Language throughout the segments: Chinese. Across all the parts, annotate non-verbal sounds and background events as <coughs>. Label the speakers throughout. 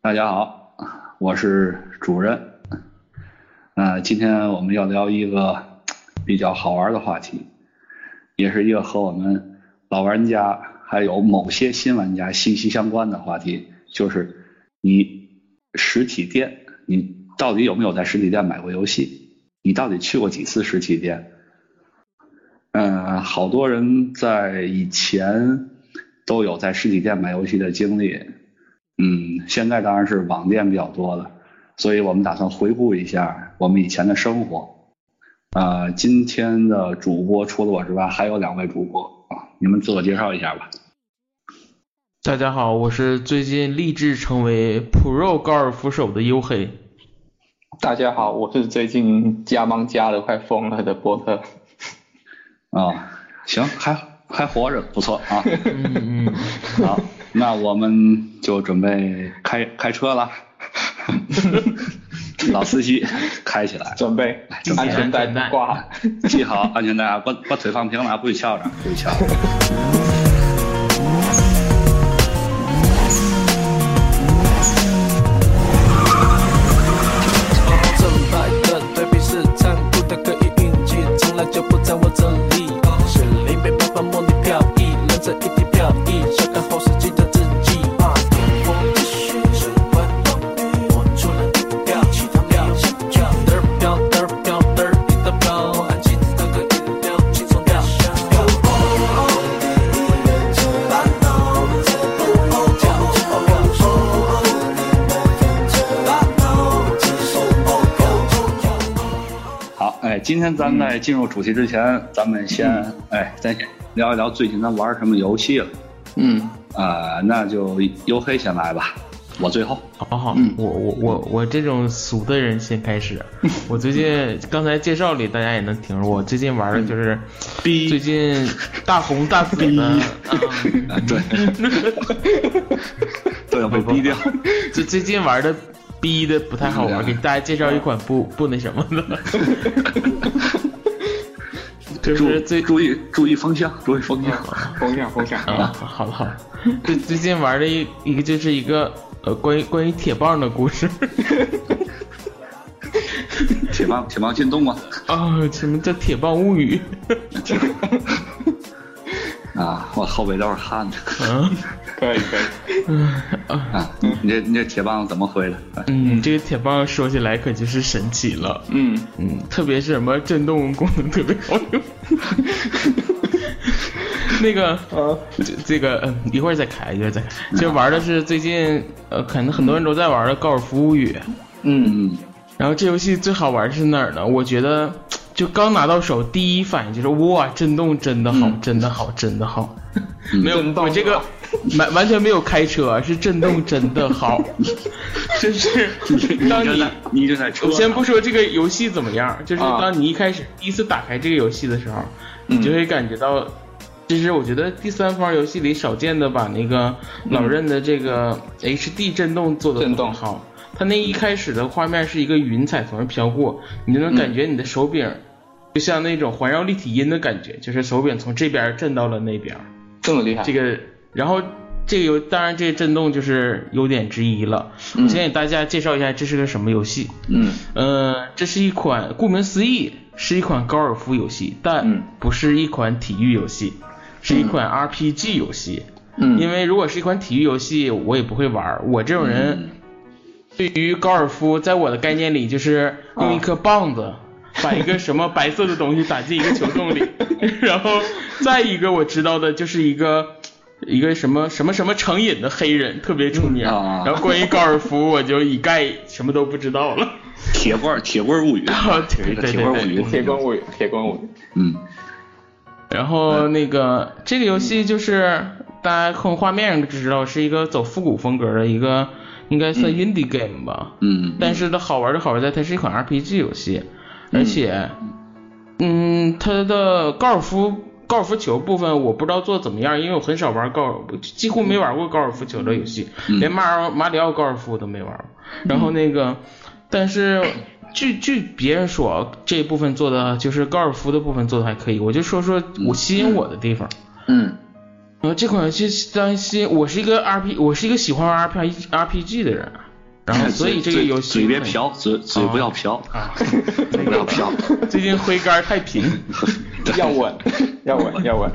Speaker 1: 大家好，我是主任。呃，今天我们要聊一个比较好玩的话题，也是一个和我们老玩家还有某些新玩家息息相关的话题，就是你实体店，你到底有没有在实体店买过游戏？你到底去过几次实体店？嗯、呃，好多人在以前都有在实体店买游戏的经历。嗯，现在当然是网店比较多了，所以我们打算回顾一下我们以前的生活。啊、呃，今天的主播除了我之外，还有两位主播啊，你们自我介绍一下吧。
Speaker 2: 大家好，我是最近立志成为 Pro 高尔夫手的黝黑。
Speaker 3: 大家好，我是最近加班加的快疯了的波特。
Speaker 1: 啊、哦，行，还还活着，不错啊。
Speaker 2: 嗯嗯，
Speaker 1: 好。那我们就准备开开车了，老司机开起来，
Speaker 3: 准备安全带挂，
Speaker 1: 系好安全带啊，把把腿放平了啊，不许翘着，不许翘着。
Speaker 4: 正派的对比是残酷的刻意印记，从来就不在我这里。血淋被白饭茉莉飘逸，人生一地飘逸，笑看后视镜的自己。啊，我的血水管动欲，我除了一个标，其他没有想跳。嘚儿飘嘚儿飘嘚儿一的飘，安静的喝个饮料，轻松掉。飘哦哦的音乐正烦恼，在不哦跳，哦飘哦哦的音乐正烦恼，只是哦飘哦飘哦。
Speaker 1: 好，哎，今天咱在进入主题之前，咱们先、哎，咱先聊一聊最近咱玩什么游戏了。
Speaker 3: 嗯，
Speaker 1: 啊、那就黝黑先来吧，我最后。
Speaker 2: 好好，我我我我这种俗的人先开 <laughs> 始。啊我最近刚才介绍里大家也能听着，我最近玩的就是
Speaker 1: 逼
Speaker 2: 最近大红大紫的，啊
Speaker 1: 啊，对，都要被逼掉。
Speaker 2: 最最近玩的逼的啊不太好
Speaker 1: 对啊
Speaker 2: 玩，给大家介绍一款不不那什么的， <laughs> 就
Speaker 1: 注
Speaker 2: 是最
Speaker 1: 注意注意风向，注意风向。
Speaker 3: 嗯风向风向， <laughs>
Speaker 2: 啊，好了好了，最最近玩的一一个就是一个呃关于关于铁棒的故事
Speaker 1: <laughs> 铁棒铁棒进洞啊！
Speaker 2: 啊，什么叫铁棒物语？
Speaker 1: 啊，我后背都是汗的
Speaker 2: 嗯、
Speaker 3: 可以可以，
Speaker 1: 啊！你你这你这铁棒怎么挥的？哎
Speaker 2: 嗯，这个铁棒说起来可就是神奇了，
Speaker 3: 嗯，
Speaker 2: 嗯，特别是什么震动功能特别好用。 <laughs> 那个，这这个嗯一会儿再开，一会儿再开。就玩的是最近呃，可能很多人都在玩的《高尔夫物语》。
Speaker 1: 嗯，
Speaker 2: 然后这游戏最好玩是哪儿呢？我觉得就刚拿到手，第一反应就是哇，震动真的好，真的好，真的好。嗯没有，
Speaker 3: 震动
Speaker 2: 我这个
Speaker 3: 啊
Speaker 2: 完完全没有开车，是震动真的 <laughs> 好，就是当
Speaker 1: 就
Speaker 2: 你
Speaker 1: 在。你就在车
Speaker 2: 我
Speaker 1: 上，
Speaker 2: 先不说这个游戏怎么样，就是
Speaker 3: 啊
Speaker 2: 当你一开始第一次打开这个游戏的时候，
Speaker 3: 嗯
Speaker 2: 你就会感觉到，这是我觉得第三方游戏里少见的把那个老任的这个 HD 震动做的
Speaker 3: 嗯震动
Speaker 2: 好。它那一开始的画面是一个云彩从那飘过，你就
Speaker 3: 嗯
Speaker 2: 能感觉你的手柄，就像那种环绕立体音的感觉，就是手柄从这边震到了那边。
Speaker 3: 这么厉害，
Speaker 2: 这个，然后这个游当然这个震动就是有点之一了。我先给大家介绍一下这是个什么游戏。
Speaker 3: 嗯
Speaker 2: 呃，这是一款顾名思义是一款高尔夫游戏，但
Speaker 3: 嗯
Speaker 2: 不是一款体育游戏，是一款 RPG 游戏。因
Speaker 3: 嗯
Speaker 2: 为如果是一款体育游戏，我也不会玩儿。我这种
Speaker 1: 嗯
Speaker 3: 嗯
Speaker 2: 人，对于高尔夫，在我的概念里就是用一颗棒
Speaker 3: 哦
Speaker 2: 子。把一个什么白色的东西打进一个球洞
Speaker 3: <laughs>
Speaker 2: 里，然后再一个我知道的就是一个一个什么什么什么成瘾的黑人特别出名，
Speaker 1: 啊
Speaker 2: 然后关于高尔夫我就一概什么都不知道了。
Speaker 1: 铁棍儿铁棍儿物语，
Speaker 2: 啊对
Speaker 1: 有一个
Speaker 2: 对
Speaker 1: 铁棍儿物
Speaker 2: 对
Speaker 1: 语，
Speaker 3: 铁棍舞铁棍舞，
Speaker 1: 嗯，
Speaker 2: 然后那个这个游戏就是大家看画面上就知道是一个走复古风格的一个应该算 indie game 吧。
Speaker 5: 嗯，
Speaker 2: 但是它好玩就好玩在它是一款 RPG 游戏，而且，嗯，它的高尔夫高尔夫球部分我不知道做怎么样，因为我很少玩高尔，几乎没玩过高尔夫球的游戏，
Speaker 5: 嗯
Speaker 2: 连马尔马里奥高尔夫我都没玩过。然后那个，但是据据别人说这部分做的就是高尔夫的部分做的还可以，我就说说我吸引我的地方。
Speaker 3: 嗯
Speaker 2: 呃，这款游戏当心，我是一个 R P，我是一个喜欢玩 R P R P G 的人，然后啊所以这个游戏
Speaker 5: 哎 <laughs> 嘴嘴别
Speaker 2: 很
Speaker 5: 瓢，嘴嘴不要瓢，
Speaker 2: <laughs> 啊，
Speaker 5: 嘴不要瓢。
Speaker 2: 最近挥杆儿太频，
Speaker 3: 要 <laughs> 稳，要稳，要稳，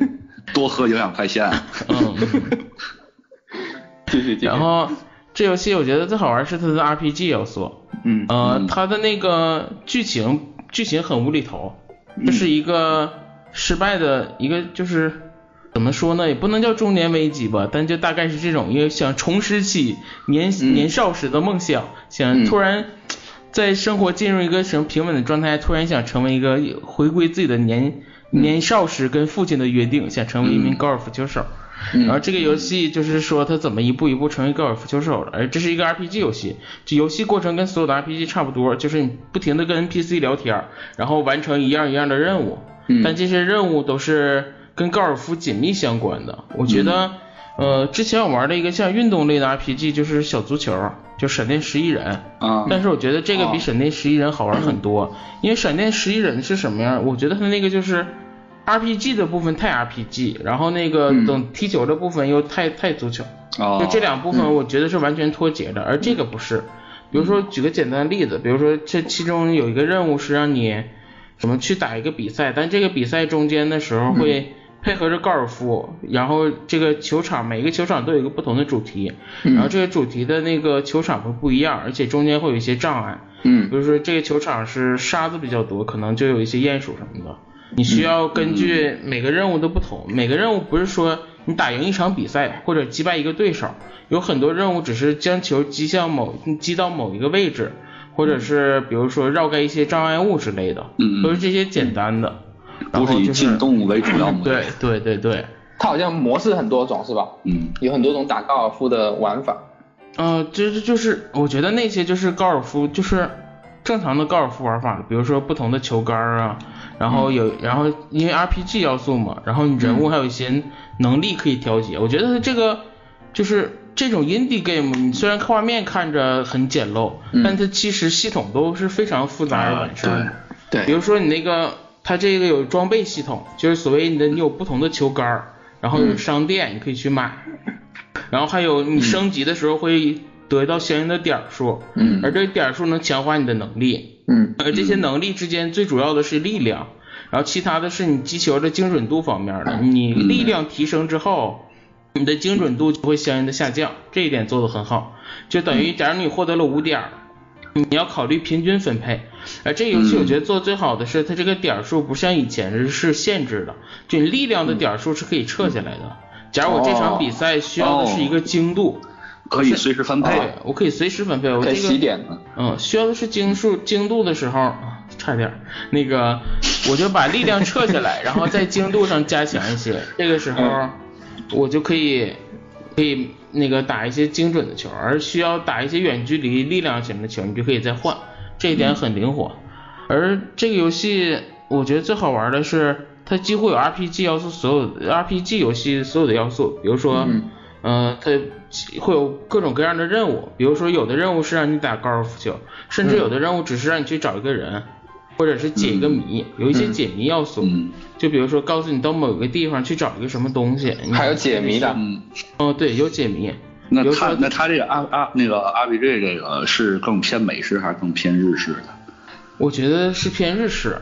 Speaker 5: <laughs> 多喝营养快
Speaker 2: <laughs>
Speaker 5: 线。啊
Speaker 2: 嗯，
Speaker 3: 继续继续。
Speaker 2: 然后这游戏我觉得最好玩是它的 R P G 要素，
Speaker 3: 嗯
Speaker 2: 呃
Speaker 5: 嗯，
Speaker 2: 它的那个剧情剧情很无厘头，这是一个失败的一个就是。怎么说呢，也不能叫中年危机吧，但就大概是这种，因为想重拾起年、年少时的梦想，想突然在生活进入一个什么平稳的状态，突然想成为一个回归自己的年年少时跟父亲的约定，想成为一名高尔夫球手。然后这个游戏就是说他怎么一步一步成为高尔夫球手的，而这是一个 RPG 游戏，这游戏过程跟所有的 RPG 差不多，就是你不停的跟 NPC 聊天儿，然后完成一样一样的任务，但这些任务都是跟高尔夫紧密相关的。我觉得，呃，之前我玩的一个像运动类的 RPG 就是小足球，就闪电十一人，
Speaker 5: 啊，嗯
Speaker 2: 但是我觉得这个比闪电十一人好玩很多，因为闪电十一人是什么样？我觉得它那个就是 RPG 的部分太 RPG，然后那个
Speaker 5: 嗯
Speaker 2: 等踢球的部分又太太足球，
Speaker 5: 哦
Speaker 2: 就这两部分我觉得是完全脱节的，而这个不是。比如说举个简单的例子，比如说这其中有一个任务是让你什么去打一个比赛，但这个比赛中间的时候会。配合着高尔夫，然后这个球场每个球场都有一个不同的主题，然后这个主题的那个球场会不一样，而且中间会有一些障碍，
Speaker 3: 嗯
Speaker 2: 比如说这个球场是沙子比较多，可能就有一些鼹鼠什么的。你需要
Speaker 5: 嗯
Speaker 2: 根据每个任务的不同，每个任务不是说你打赢一场比赛或者击败一个对手，有很多任务只是将球击向某嗯击到某一个位置，或者是比如说绕开一些障碍物之类的，
Speaker 5: 嗯嗯嗯
Speaker 2: 都是这些简单的。然
Speaker 5: 不
Speaker 2: 后
Speaker 5: 是以
Speaker 2: 就是
Speaker 5: 进动物为主要目的。
Speaker 2: 对对对对，
Speaker 3: 它好像模式很多种是吧？
Speaker 5: 嗯
Speaker 3: 有很多种打高尔夫的玩法。
Speaker 2: 呃，就是就是，我觉得那些就是高尔夫，就是正常的高尔夫玩法了，比如说不同的球杆儿啊，然后有，
Speaker 3: 嗯
Speaker 2: 然后因为 RPG 要素嘛，然后你人物还有一些能力可以调节。我觉得这个就是这种 indie game，你虽然画面看着很简陋，
Speaker 3: 嗯
Speaker 2: 但它其实系统都是非常复杂而完善的。
Speaker 5: 啊
Speaker 3: 对
Speaker 2: 比如说你那个，它这个有装备系统，就是所谓你的你有不同的球杆
Speaker 3: 嗯
Speaker 2: 儿，然后有商店你可以去买，然后还有你升级的时候会得到相应的点儿数，
Speaker 3: 嗯
Speaker 2: 而这个点儿数能强化你的能力，
Speaker 3: 嗯
Speaker 2: 而这些能力之间最主要的是力量，然后其他的是你击球的精准度方面的，你
Speaker 3: 嗯
Speaker 2: 力量提升之后。你的精准度就会相应的下降，这一点做得很好，就等
Speaker 3: 嗯
Speaker 2: 于假如你获得了五点儿，你要考虑平均分配。而这个游戏
Speaker 3: 嗯
Speaker 2: 我觉得做最好的是，它这个点儿数不像以前是限制的，就你力
Speaker 3: 嗯
Speaker 2: 量的点儿数是可以撤下来的。假如我这
Speaker 3: 哦
Speaker 2: 场比赛需要的是一个精度，
Speaker 5: 可以随时分配。
Speaker 2: 对我可以随时分配。我
Speaker 3: 可以
Speaker 2: 这
Speaker 3: 洗
Speaker 2: 个
Speaker 3: 点。
Speaker 2: 嗯，需要的是精数精度的时候，啊差点儿那个，我就把力量撤下来，然后在精度上加强一些。这个时候，我就可以可以那个打一些精准的球，而需要打一些远距离力量型的球，你就可以再换，这一点很灵活。而这个游戏，我觉得最好玩的是，它几乎有 RPG 要素，所有的 RPG 游戏所有的要素，比如说，嗯、呃，它会有各种各样的任务，比如说有的任务是让你打高尔夫球，甚至有的任务只是让你去找一个人，或者是解一个谜，有一些解谜要素。
Speaker 5: 嗯
Speaker 2: 就比如说，告诉你到某个地方去找一个什么东西，你
Speaker 3: 还有解谜的，
Speaker 5: 嗯，
Speaker 2: 哦，对，有解谜。比
Speaker 5: 那
Speaker 2: 如
Speaker 5: 他
Speaker 2: 说
Speaker 5: 那他这个 R R 那个 RPG 这个是更偏美式还是更偏日式的？啊
Speaker 2: 我觉得是偏日式，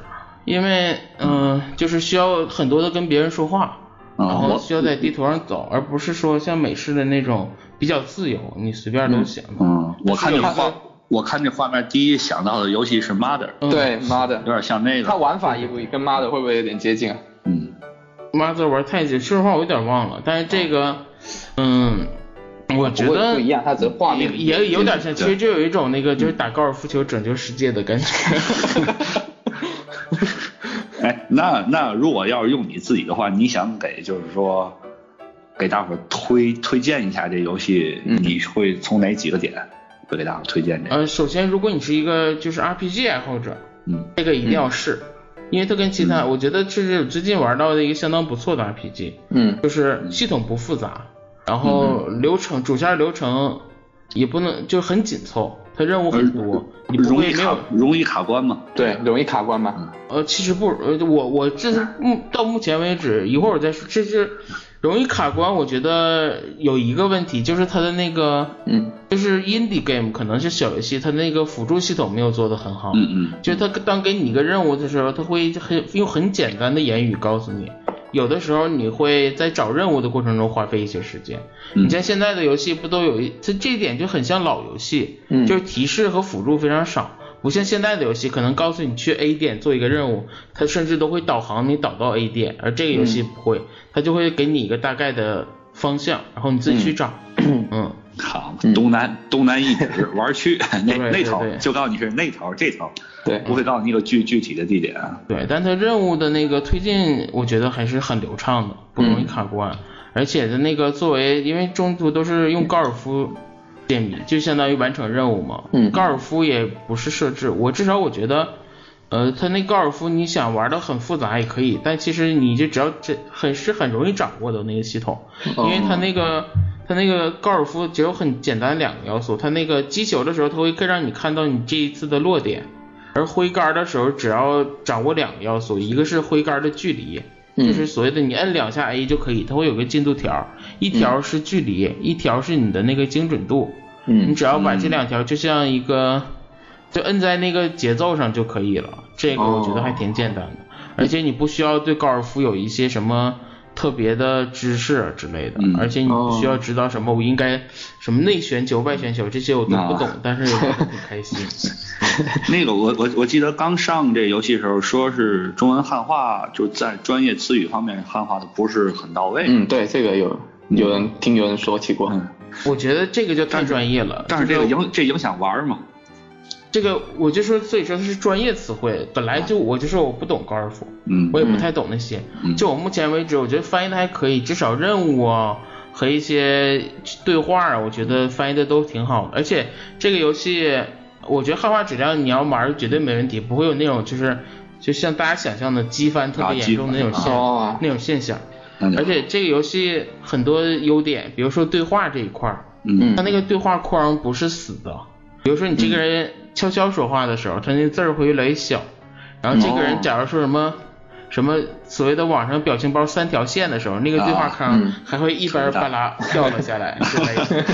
Speaker 2: 因为嗯、呃就是需要很多的跟别人说话，
Speaker 5: 啊
Speaker 3: 嗯
Speaker 2: 然后
Speaker 5: 我
Speaker 2: 需要在地图上走，而不是说像美式的那种比较自由，你随便都行。
Speaker 5: 嗯，我看这
Speaker 3: 它
Speaker 5: 画，我看这画面，第一想到的尤其是 Mother，
Speaker 2: 嗯
Speaker 3: 对，妈
Speaker 5: 有
Speaker 3: 的，
Speaker 5: 点像那
Speaker 3: 它
Speaker 5: 个。
Speaker 3: 玩法也不跟妈的会不会有点接近啊？
Speaker 5: 嗯，
Speaker 2: 妈的玩太极，说实话我有点忘了，但是这个，嗯，我觉
Speaker 3: 不会
Speaker 2: 得
Speaker 3: 不一样，它只是画
Speaker 2: 也
Speaker 3: 面
Speaker 2: 也有点像，
Speaker 5: 对
Speaker 2: 其实就有一种那个就是打高尔夫球拯救世界的感
Speaker 3: <laughs>
Speaker 2: 觉。
Speaker 5: 哎，那那如果要是用你自己的话，你想给就是说给大伙儿推推荐一下这游戏，
Speaker 3: 嗯
Speaker 5: 你会从哪几个点会给大伙儿推荐这个？
Speaker 2: 呃，首先，如果你是一个就是 RPG 爱好者，
Speaker 5: 嗯
Speaker 2: 这个一定要试，因为它跟其他，我觉得这是我最近玩到的一个相当不错的 RPG，
Speaker 3: 嗯
Speaker 2: 就是系统不复杂，然后
Speaker 5: 嗯
Speaker 2: 流程主线流程也不能就很紧凑，它任务很多，你不
Speaker 5: 容
Speaker 2: 会
Speaker 5: 易
Speaker 2: 没
Speaker 5: 卡
Speaker 2: 有
Speaker 5: 容易卡关吗？
Speaker 3: 对，容易卡关嘛。
Speaker 2: 呃，其实不，呃，我我
Speaker 5: <laughs>
Speaker 2: 这是目到目前为止，一会儿我再说，这是容易卡关。我觉得有一个问题就是它的那个
Speaker 3: 嗯
Speaker 2: 就是 indie game 可能是小游戏，它那个辅助系统没有做得很好。
Speaker 5: 嗯嗯
Speaker 2: 就是他当给你一个任务的时候，他会很用很简单的言语告诉你。有的时候你会在找任务的过程中花费一些时间。
Speaker 5: 嗯
Speaker 2: 你像现在的游戏不都有一，它这一点就很像老游戏，
Speaker 3: 嗯
Speaker 2: 就是提示和辅助非常少。不像现在的游戏，可能告诉你去 A 点做一个任务，它甚至都会导航你导到 A 点，而这个游戏不会，它就会给你一个大概的方向，然后你自己去找。嗯，
Speaker 5: 好，
Speaker 3: 嗯
Speaker 5: 东南东南一
Speaker 2: <laughs>
Speaker 5: 指玩区那
Speaker 2: 对对
Speaker 5: 那头
Speaker 2: 对嗯
Speaker 5: 就告诉你是那头这头，
Speaker 3: 对
Speaker 5: 不会告诉你一个具具体的地点啊。
Speaker 2: 对，但它任务的那个推进，我觉得还是很流畅的，不容易卡关。而且它那个作为，因为中途都是用高尔夫电笔，就相当于完成任务嘛。
Speaker 3: 嗯
Speaker 2: 高尔夫也不是设置，我至少我觉得，呃，它那高尔夫你想玩的很复杂也可以，但其实你就只要这很是很容易掌握的那个系统，
Speaker 3: 哦
Speaker 2: 因为它那个。它那个高尔夫只有很简单两个要素，它那个击球的时候，它会更让你看到你这一次的落点，而挥杆的时候，只要掌握两个要素，一个是挥杆的距离，
Speaker 3: 嗯
Speaker 2: 就是所谓的你摁两下 A 就可以，它会有个进度条，一条是距离，一条是你的那个精准度。你
Speaker 3: 嗯
Speaker 2: 只要把这两条就像一个，就摁在那个节奏上就可以了。这个我觉得还挺简单的，
Speaker 5: 哦
Speaker 2: 而且你不需要对高尔夫有一些什么特别的知识之类的，
Speaker 5: 嗯
Speaker 2: 而且你不需要知道什么我应该什么内旋球、外旋球这些我都不懂，但是我很
Speaker 5: <laughs>
Speaker 2: 开心。
Speaker 5: 那个我我我记得刚上这游戏的时候，说是中文汉化就在专业词语方面汉化的不是很到位。
Speaker 3: 嗯，对，这个有有人听有人说起过。
Speaker 5: 嗯
Speaker 2: 我觉得这个就太专业了，
Speaker 5: 但是这个
Speaker 2: 就
Speaker 5: 影这影响玩儿嘛，
Speaker 2: 这个我就说，所以说它是专业词汇，本来就我就说我不懂高尔夫，
Speaker 5: 嗯
Speaker 2: 我也不太懂那些。
Speaker 5: 嗯
Speaker 2: 就我目前为止，我觉得翻译的还可以，至少任务啊和一些对话啊，我觉得翻译的都挺好的。而且这个游戏，我觉得汉化质量你要玩儿绝对没问题，不会有那种就是就像大家想象的机翻特
Speaker 5: 啊
Speaker 2: 别严重的那种
Speaker 5: 机
Speaker 2: 现、
Speaker 5: 翻
Speaker 3: 哦
Speaker 2: 那种现象。
Speaker 5: 那就
Speaker 2: 而且这个游戏很多优点，比如说对话这一块儿。
Speaker 5: 嗯
Speaker 2: 它那个对话框不是死的，比如说你这个人悄悄说话的时候，它那字儿会越来越小。然后这个
Speaker 3: 哦
Speaker 2: 人假如说什么、什么所谓的网上表情包三条线的时候，那个对话
Speaker 3: 啊
Speaker 2: 框
Speaker 3: 嗯
Speaker 2: 还会一边巴拉掉了下来之类
Speaker 3: <laughs>
Speaker 2: 的。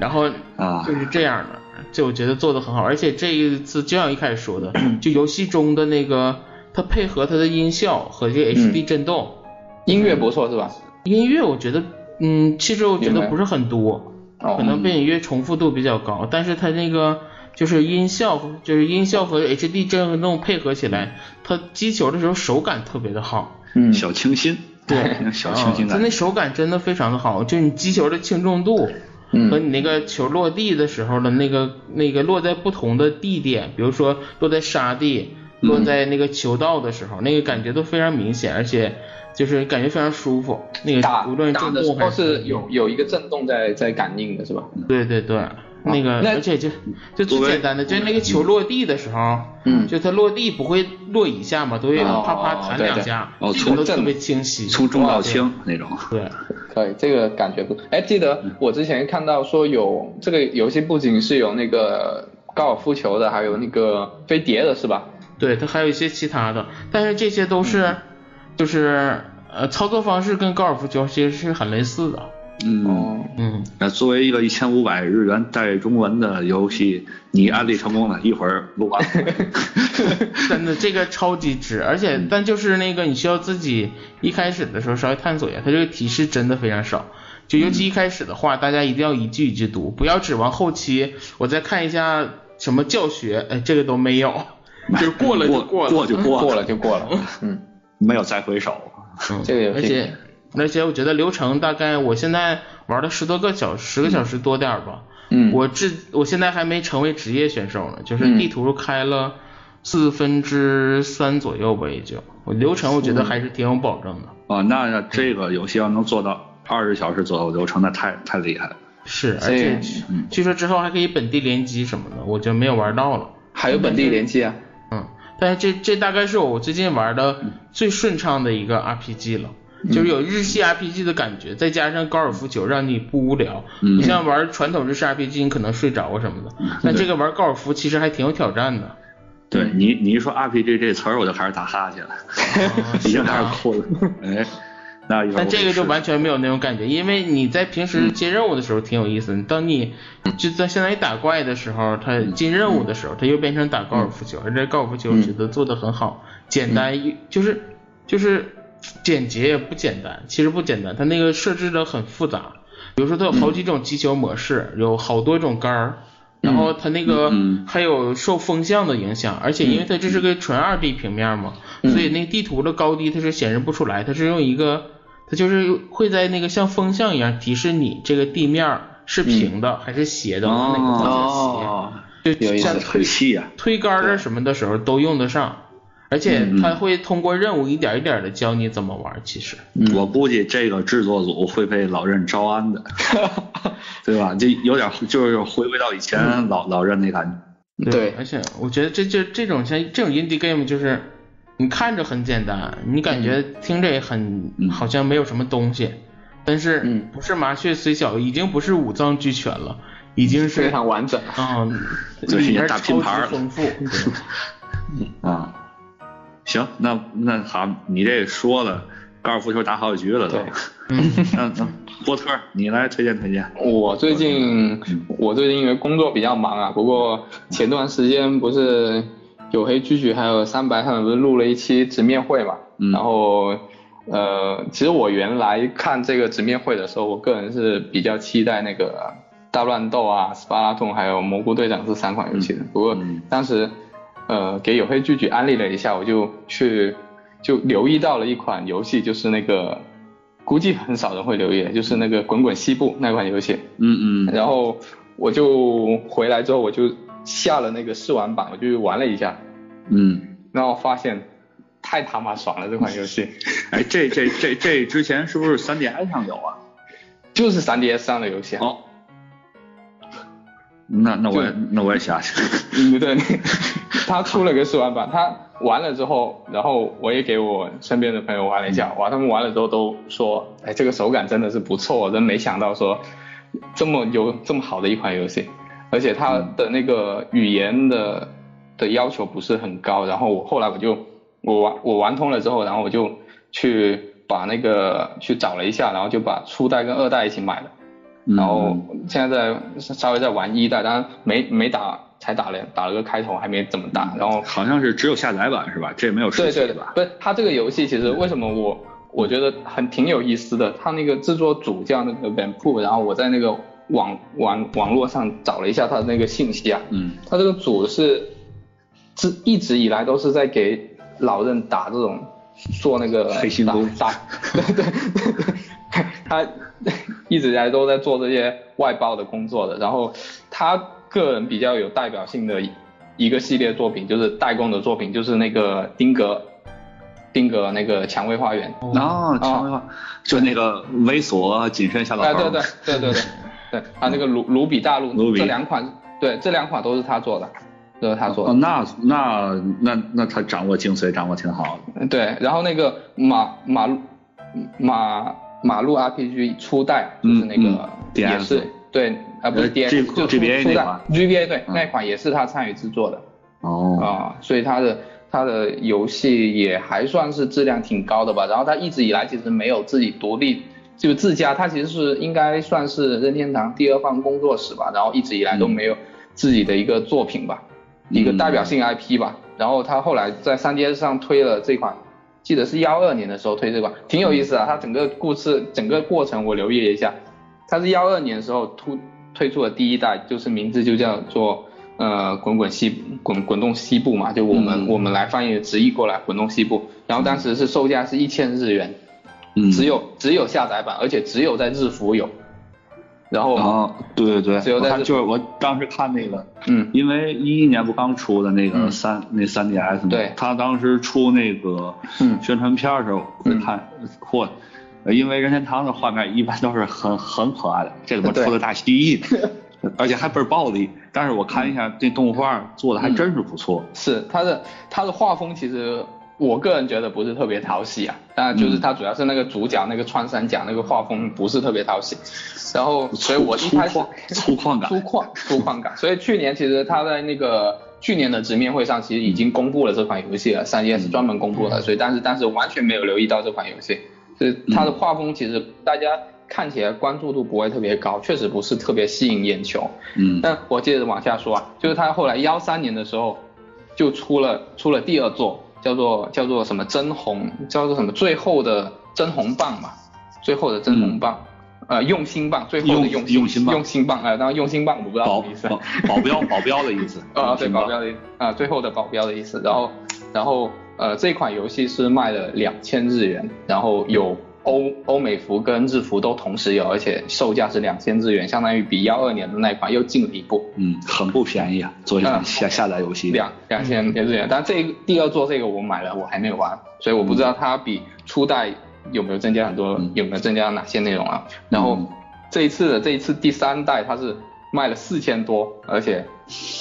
Speaker 2: 然后
Speaker 5: 啊
Speaker 2: 就是这样的，就我觉得做的很好。而且这一次就像我一开始说的，
Speaker 3: 嗯
Speaker 2: 就游戏中的那个它配合它的音效和这个 HD
Speaker 3: 嗯
Speaker 2: 震动。
Speaker 3: 音乐不错是吧？
Speaker 2: 音乐我觉得，嗯，其实我觉
Speaker 3: 明
Speaker 2: 得
Speaker 3: 白
Speaker 2: 不是很多，
Speaker 3: 哦
Speaker 2: 可能背景音乐重复度比较高，但是它那个就是音效，就是音效和 HD 震动配合起来，它击球的时候手感特别的好，
Speaker 3: 嗯，
Speaker 5: 小清新，
Speaker 2: 对，
Speaker 5: <laughs> 小清新
Speaker 2: 啊它
Speaker 5: 感
Speaker 2: 那。手感真的非常的好，就你击球的轻重度。
Speaker 3: 嗯
Speaker 2: 和你那个球落地的时候的那个那个落在不同的地点，比如说落在沙地、
Speaker 3: 嗯
Speaker 2: 落在那个球道的时候，那个感觉都非常明显，而且就是感觉非常舒服。那
Speaker 3: 打
Speaker 2: 个无论
Speaker 3: 打
Speaker 2: 重
Speaker 3: 的时
Speaker 2: 度还
Speaker 3: 候是有有一个震动在在感应的是吧？
Speaker 2: 对对对，那个
Speaker 3: 那
Speaker 2: 而且就就最
Speaker 5: 作为
Speaker 2: 简单的，就是那个球落地的时候，
Speaker 3: 嗯
Speaker 2: 就它落地不会落一下嘛，都会
Speaker 3: 哦
Speaker 2: 啪啪弹
Speaker 3: 对
Speaker 2: 两
Speaker 3: 对
Speaker 2: 下，
Speaker 5: 哦
Speaker 2: 这
Speaker 5: 从
Speaker 2: 个都特
Speaker 3: 正
Speaker 2: 别清晰。
Speaker 5: 从中到轻那种，
Speaker 2: 对，
Speaker 3: 可以，这个感觉不错。哎，记得我之前看到说有这个游戏，不仅是有那个高尔夫球的，还有那个飞碟的，是吧？
Speaker 2: 对，它还有一些其他的，但是这些都是、就是呃操作方式跟高尔夫球其实是很类似的。
Speaker 5: 嗯，
Speaker 3: <laughs> 哦，
Speaker 2: 嗯，
Speaker 5: 那作为一个一千五百日元带中文的游戏，你安利成功
Speaker 2: <laughs>
Speaker 5: 了，一会儿录完。
Speaker 3: <laughs>
Speaker 2: 真的这个超级值，而且
Speaker 3: 嗯
Speaker 2: 但就是那个你需要自己一开始的时候稍微探索一下，它这个提示真的非常少。就尤
Speaker 3: 嗯
Speaker 2: 其一开始的话，大家一定要一句一句读，不要指望后期我再看一下什么教学，哎，这个都没有，就是过了就
Speaker 5: 过
Speaker 2: 过了，
Speaker 5: 过就过
Speaker 3: 过了，就过了。嗯，
Speaker 5: 没有再回首。
Speaker 2: 嗯
Speaker 3: 这个游戏
Speaker 2: 而且而且我觉得流程大概我现在玩了十多个小十个小时多点儿吧，
Speaker 3: 嗯，
Speaker 2: 我至我现在还没成为职业选手呢，就是
Speaker 3: 嗯
Speaker 2: 地图开了四分之三
Speaker 5: 哦
Speaker 2: 左右吧，也就我流程我觉得还是挺有保证的。
Speaker 5: 啊，那这个游戏要能做到
Speaker 1: 二十小时左右流程，那太太厉害了。
Speaker 2: 是，而
Speaker 3: 所以
Speaker 2: 且据
Speaker 1: 嗯
Speaker 2: 据说之后还可以本地联机什么的，我就没有玩到了。
Speaker 3: 还有本地联机啊。
Speaker 2: 嗯，但是这这大概是我最近玩的最顺畅的一个 RPG 了。就是有日系 RPG 的感觉，再加上高尔夫球，让你不无聊。
Speaker 1: 嗯
Speaker 2: 你像玩传统日式 RPG，你可能睡着啊什么的。那这个玩高尔夫其实还挺有挑战的。
Speaker 1: 对
Speaker 2: 嗯
Speaker 1: 你，你一说 RPG 这词儿，我就开始打哈
Speaker 2: <laughs>
Speaker 1: 欠了，已经开始困了。哎，那一会儿
Speaker 2: 啊
Speaker 1: 我
Speaker 2: 但这个
Speaker 1: 吃
Speaker 2: 就完全没有那种感觉，因为你在平
Speaker 1: 嗯
Speaker 2: 时接任务的时候挺有意思，你当你就在相当于打怪的时候，它
Speaker 1: 嗯
Speaker 2: 进任务的时候，它又变成打高尔夫球，而这高尔夫球我觉得做的很好，简单，
Speaker 1: 嗯
Speaker 2: 就是就是简洁也不简单，其实不简单，它那个设置的很复杂，比如说它有好几种击球模式，有好多种杆儿。然后它那个
Speaker 1: 嗯嗯嗯嗯
Speaker 2: 还有受风向的影响，而且因为它这是个纯二 D 平面嘛，所以那个地图的高低它是显示不出来，它是用一个，它就是会在那个像风向一样提示你这个地面是
Speaker 1: 嗯
Speaker 2: 平的还是斜的，往哪个方向斜，
Speaker 3: 哦，有
Speaker 2: 就
Speaker 3: 意思
Speaker 2: 像
Speaker 1: 很
Speaker 2: 推
Speaker 1: 细呀、
Speaker 2: 推杆儿啊什么的时候都用得上，而且
Speaker 1: 嗯嗯
Speaker 2: 它会通过任务一点一点的教你怎么玩，其实。
Speaker 3: 嗯
Speaker 1: 我估计这个制作组会被老任招安
Speaker 3: <laughs>
Speaker 1: 的，对吧？就有点就是回归到以
Speaker 3: 嗯
Speaker 1: 前老、老任那感觉。
Speaker 3: 对
Speaker 2: 而且我觉得这就这种像这种 indie game 就是，你看着很简单，你感觉听着也很、
Speaker 1: 嗯
Speaker 2: 好像没有什么东西，但是
Speaker 3: 嗯
Speaker 2: 不是麻雀虽小，已经不是五脏俱全了，已经
Speaker 3: 非
Speaker 2: 是
Speaker 3: 常完整。
Speaker 2: 啊、
Speaker 1: 对
Speaker 2: 里边
Speaker 1: 大
Speaker 2: 超
Speaker 1: 拼
Speaker 2: 级
Speaker 1: 盘儿 <laughs>
Speaker 2: 丰富，对
Speaker 1: 啊、行，那那好，你这说了，高尔夫球打好几局了都
Speaker 3: 对。
Speaker 2: 嗯
Speaker 1: 那那波特，你来推荐推荐。
Speaker 3: 我最近
Speaker 1: 嗯
Speaker 3: 我最近因为工作比较忙啊，不过前段时间不是有黑蛐蛐还有三白他们不是录了一期直面会嘛，
Speaker 1: 嗯
Speaker 3: 然后呃，其实我原来看这个直面会的时候，我个人是比较期待那个大乱斗啊、斯巴达通还有蘑菇队长这三款游戏的，不过
Speaker 1: 嗯
Speaker 3: 当时呃给有黑蛐蛐安利了一下，我就去就留意到了一款游戏，就是那个。估计很少人会留意的，就是那个《滚滚西部》那款游戏。
Speaker 1: 嗯嗯
Speaker 3: 然后我就回来之后，我就下了那个试玩版，我就玩了一下，
Speaker 1: 嗯，
Speaker 3: 然后发现太他妈爽了这款游戏，
Speaker 1: 哎，这这这这之前是不是三 DS 上有啊？
Speaker 3: 就是 3DS 上的游戏。啊
Speaker 1: 哦，那那我也
Speaker 3: 就
Speaker 1: 那我也下去。
Speaker 3: 嗯， <laughs> 对，他出了个试玩版，他玩了之后，然后我也给我身边的朋友玩了一下，哇，他们玩了之后都说，哎，这个手感真的是不错，真没想到说这么有这么好的一款游戏，而且它的那个语言的的要求不是很高，然后我后来我就我玩我玩通了之后，然后我就去把那个去找了一下，然后就把初代跟二代一起买了。
Speaker 1: 嗯
Speaker 3: 然后现在在稍微在玩一代，当然没没打，才打了打了个开头，还没怎么打。然后
Speaker 1: 好像是只有下载版是吧？这没有实
Speaker 3: 对
Speaker 1: 体
Speaker 3: 对对
Speaker 1: 嗯吧，？嗯
Speaker 3: 不是它这个游戏其实为什么我我觉得很挺有意思的，它那个制作组叫那个 Van p o 然后我在那个网网网络上找了一下它的那个信息啊，
Speaker 1: 嗯
Speaker 3: 他这个组是，是一直以来都是在给老任打这种做那个
Speaker 1: <laughs> 黑心工
Speaker 3: 打，打对对对，他一直以来都在做这些外包的工作的。然后他个人比较有代表性的一个系列作品，就是代工的作品，就是那个丁格，丁格那个蔷薇花园。
Speaker 1: 然后蔷薇花就那个猥琐谨慎小老
Speaker 3: 哦哎，
Speaker 1: 头
Speaker 3: 对
Speaker 1: 儿，
Speaker 3: 对对对对，对他那个卢卢比大
Speaker 1: 卢
Speaker 3: 陆
Speaker 1: 比
Speaker 3: 这两款，对这两款都是他做的，都是他做的
Speaker 1: 哦，。那那那那他掌握精髓，掌握挺好的。
Speaker 3: 嗯，对，然后那个马马路马马路 RPG 初代就是那个、
Speaker 1: 嗯嗯
Speaker 3: 也是
Speaker 1: DS
Speaker 3: 对啊、不
Speaker 1: 呃
Speaker 3: 是 DS
Speaker 1: 这
Speaker 3: 就初
Speaker 1: GBA
Speaker 3: 初
Speaker 1: 那
Speaker 3: 代
Speaker 1: 款
Speaker 3: GBA 对、
Speaker 1: 嗯
Speaker 3: 那款也是他参与制作的
Speaker 1: 哦，
Speaker 3: 啊、所以他的他的游戏也还算是质量挺高的吧。然后他一直以来其实没有自己独立就自家，他其实是应该算是任天堂第二方工作室吧，然后一直以来都没有自己的一个作品吧。一个代表性 IP 吧。然后他后来在 3DS 上推了这款，记得是幺二年的时候推这款，挺有意思啊。它整个故事整个过程我留意了一下，它是幺二年的时候突推出的第一代，就是名字就叫做呃滚滚西滚滚动西部嘛，就我们、
Speaker 1: 嗯
Speaker 3: 我们来翻译直译过来滚动西部。然后当时是售价是一千日元，
Speaker 1: 嗯，
Speaker 3: 只有只有下载版，而且只有在日服有。然后、
Speaker 1: 哦，对对对，
Speaker 3: 只有
Speaker 1: 我
Speaker 3: 在
Speaker 1: 看
Speaker 3: 日
Speaker 1: 就是我当时看那个，
Speaker 3: 嗯
Speaker 1: 因为一一年不刚出的那个
Speaker 3: 嗯
Speaker 1: 三、那三 DS 嘛，
Speaker 3: 对
Speaker 1: 他当时出那个
Speaker 3: 嗯
Speaker 1: 宣传片儿的时候，我
Speaker 3: 嗯
Speaker 1: 看，嚯、呃因为任天堂的画面一般都是很很可爱的，这怎么
Speaker 3: 对
Speaker 1: 出的大蜥蜴
Speaker 3: <laughs>
Speaker 1: 呢？而且还倍儿暴力。但是我看一下
Speaker 3: 嗯
Speaker 1: 这动画做的还真是不错，
Speaker 3: 是他的他的画风，其实我个人觉得不是特别讨喜啊。那
Speaker 1: 嗯
Speaker 3: 就是他主要是那个主角那个穿山甲那个画风不是特别讨喜，然后所以我一
Speaker 1: 粗
Speaker 3: 开始
Speaker 1: 犷粗犷
Speaker 3: <laughs> 粗
Speaker 1: 感，
Speaker 3: 犷粗犷感，所以去年其实他在那个去年的直面会上其实已经公布了这款游戏了，三
Speaker 1: 嗯
Speaker 3: DS 专门公布了，所以但是当时完全没有留意到这款游戏，就是
Speaker 1: 嗯
Speaker 3: 它的画风其实大家看起来关注度不会特别高，确实不是特别吸引眼球。
Speaker 1: 嗯
Speaker 3: 但我接着往下说啊，就是他后来幺三年的时候就出了出了第二座，叫做叫做什么真红，叫做什么最后的真红棒嘛，最后的真红棒，呃，用心棒，最后的
Speaker 1: 嗯用
Speaker 3: 用
Speaker 1: 用心棒
Speaker 3: 用心棒啊、呃，当然用心棒我不知道
Speaker 1: 保
Speaker 3: 什么意思。
Speaker 1: 保保镖保镖的意思
Speaker 3: 啊，对，
Speaker 1: 挺棒
Speaker 3: 保镖的意思啊，最后的保镖的意思。然后，然后呃，这款游戏是卖了两千日元，然后有欧欧美服跟日服都同时有，而且售价是两千日元，相当于比幺二年的那一款又进了一步，
Speaker 1: 嗯，很不便宜啊，做一款下下载游戏，
Speaker 3: 嗯两两千日元。但这第二座这个我买了，我还没有玩，所以我不知道它比初代有没有增加很多，
Speaker 1: 嗯
Speaker 3: 有没有增加哪些内容啊？然后
Speaker 1: 嗯
Speaker 3: 这一次的这一次第三代它是卖了四千多，而且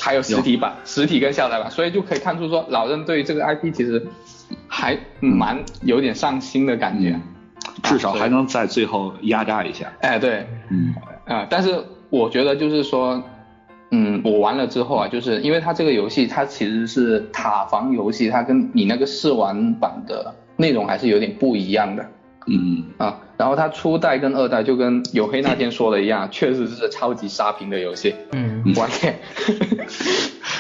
Speaker 3: 还有实体版、实体跟下载版，所以就可以看出说老任对于这个 IP 其实还蛮有点上心的感觉。
Speaker 1: 嗯，至
Speaker 3: 啊
Speaker 1: 少还能在最后压榨一下，
Speaker 3: 哎，对，
Speaker 1: 嗯
Speaker 3: 啊、但是我觉得就是说，嗯，我玩了之后啊，就是因为它这个游戏它其实是塔防游戏，它跟你那个试玩版的内容还是有点不一样的。
Speaker 1: 嗯
Speaker 3: 啊，然后它初代跟二代就跟有黑那天说的一样，确实是超级刷屏的游戏，
Speaker 2: 嗯，
Speaker 3: 玩点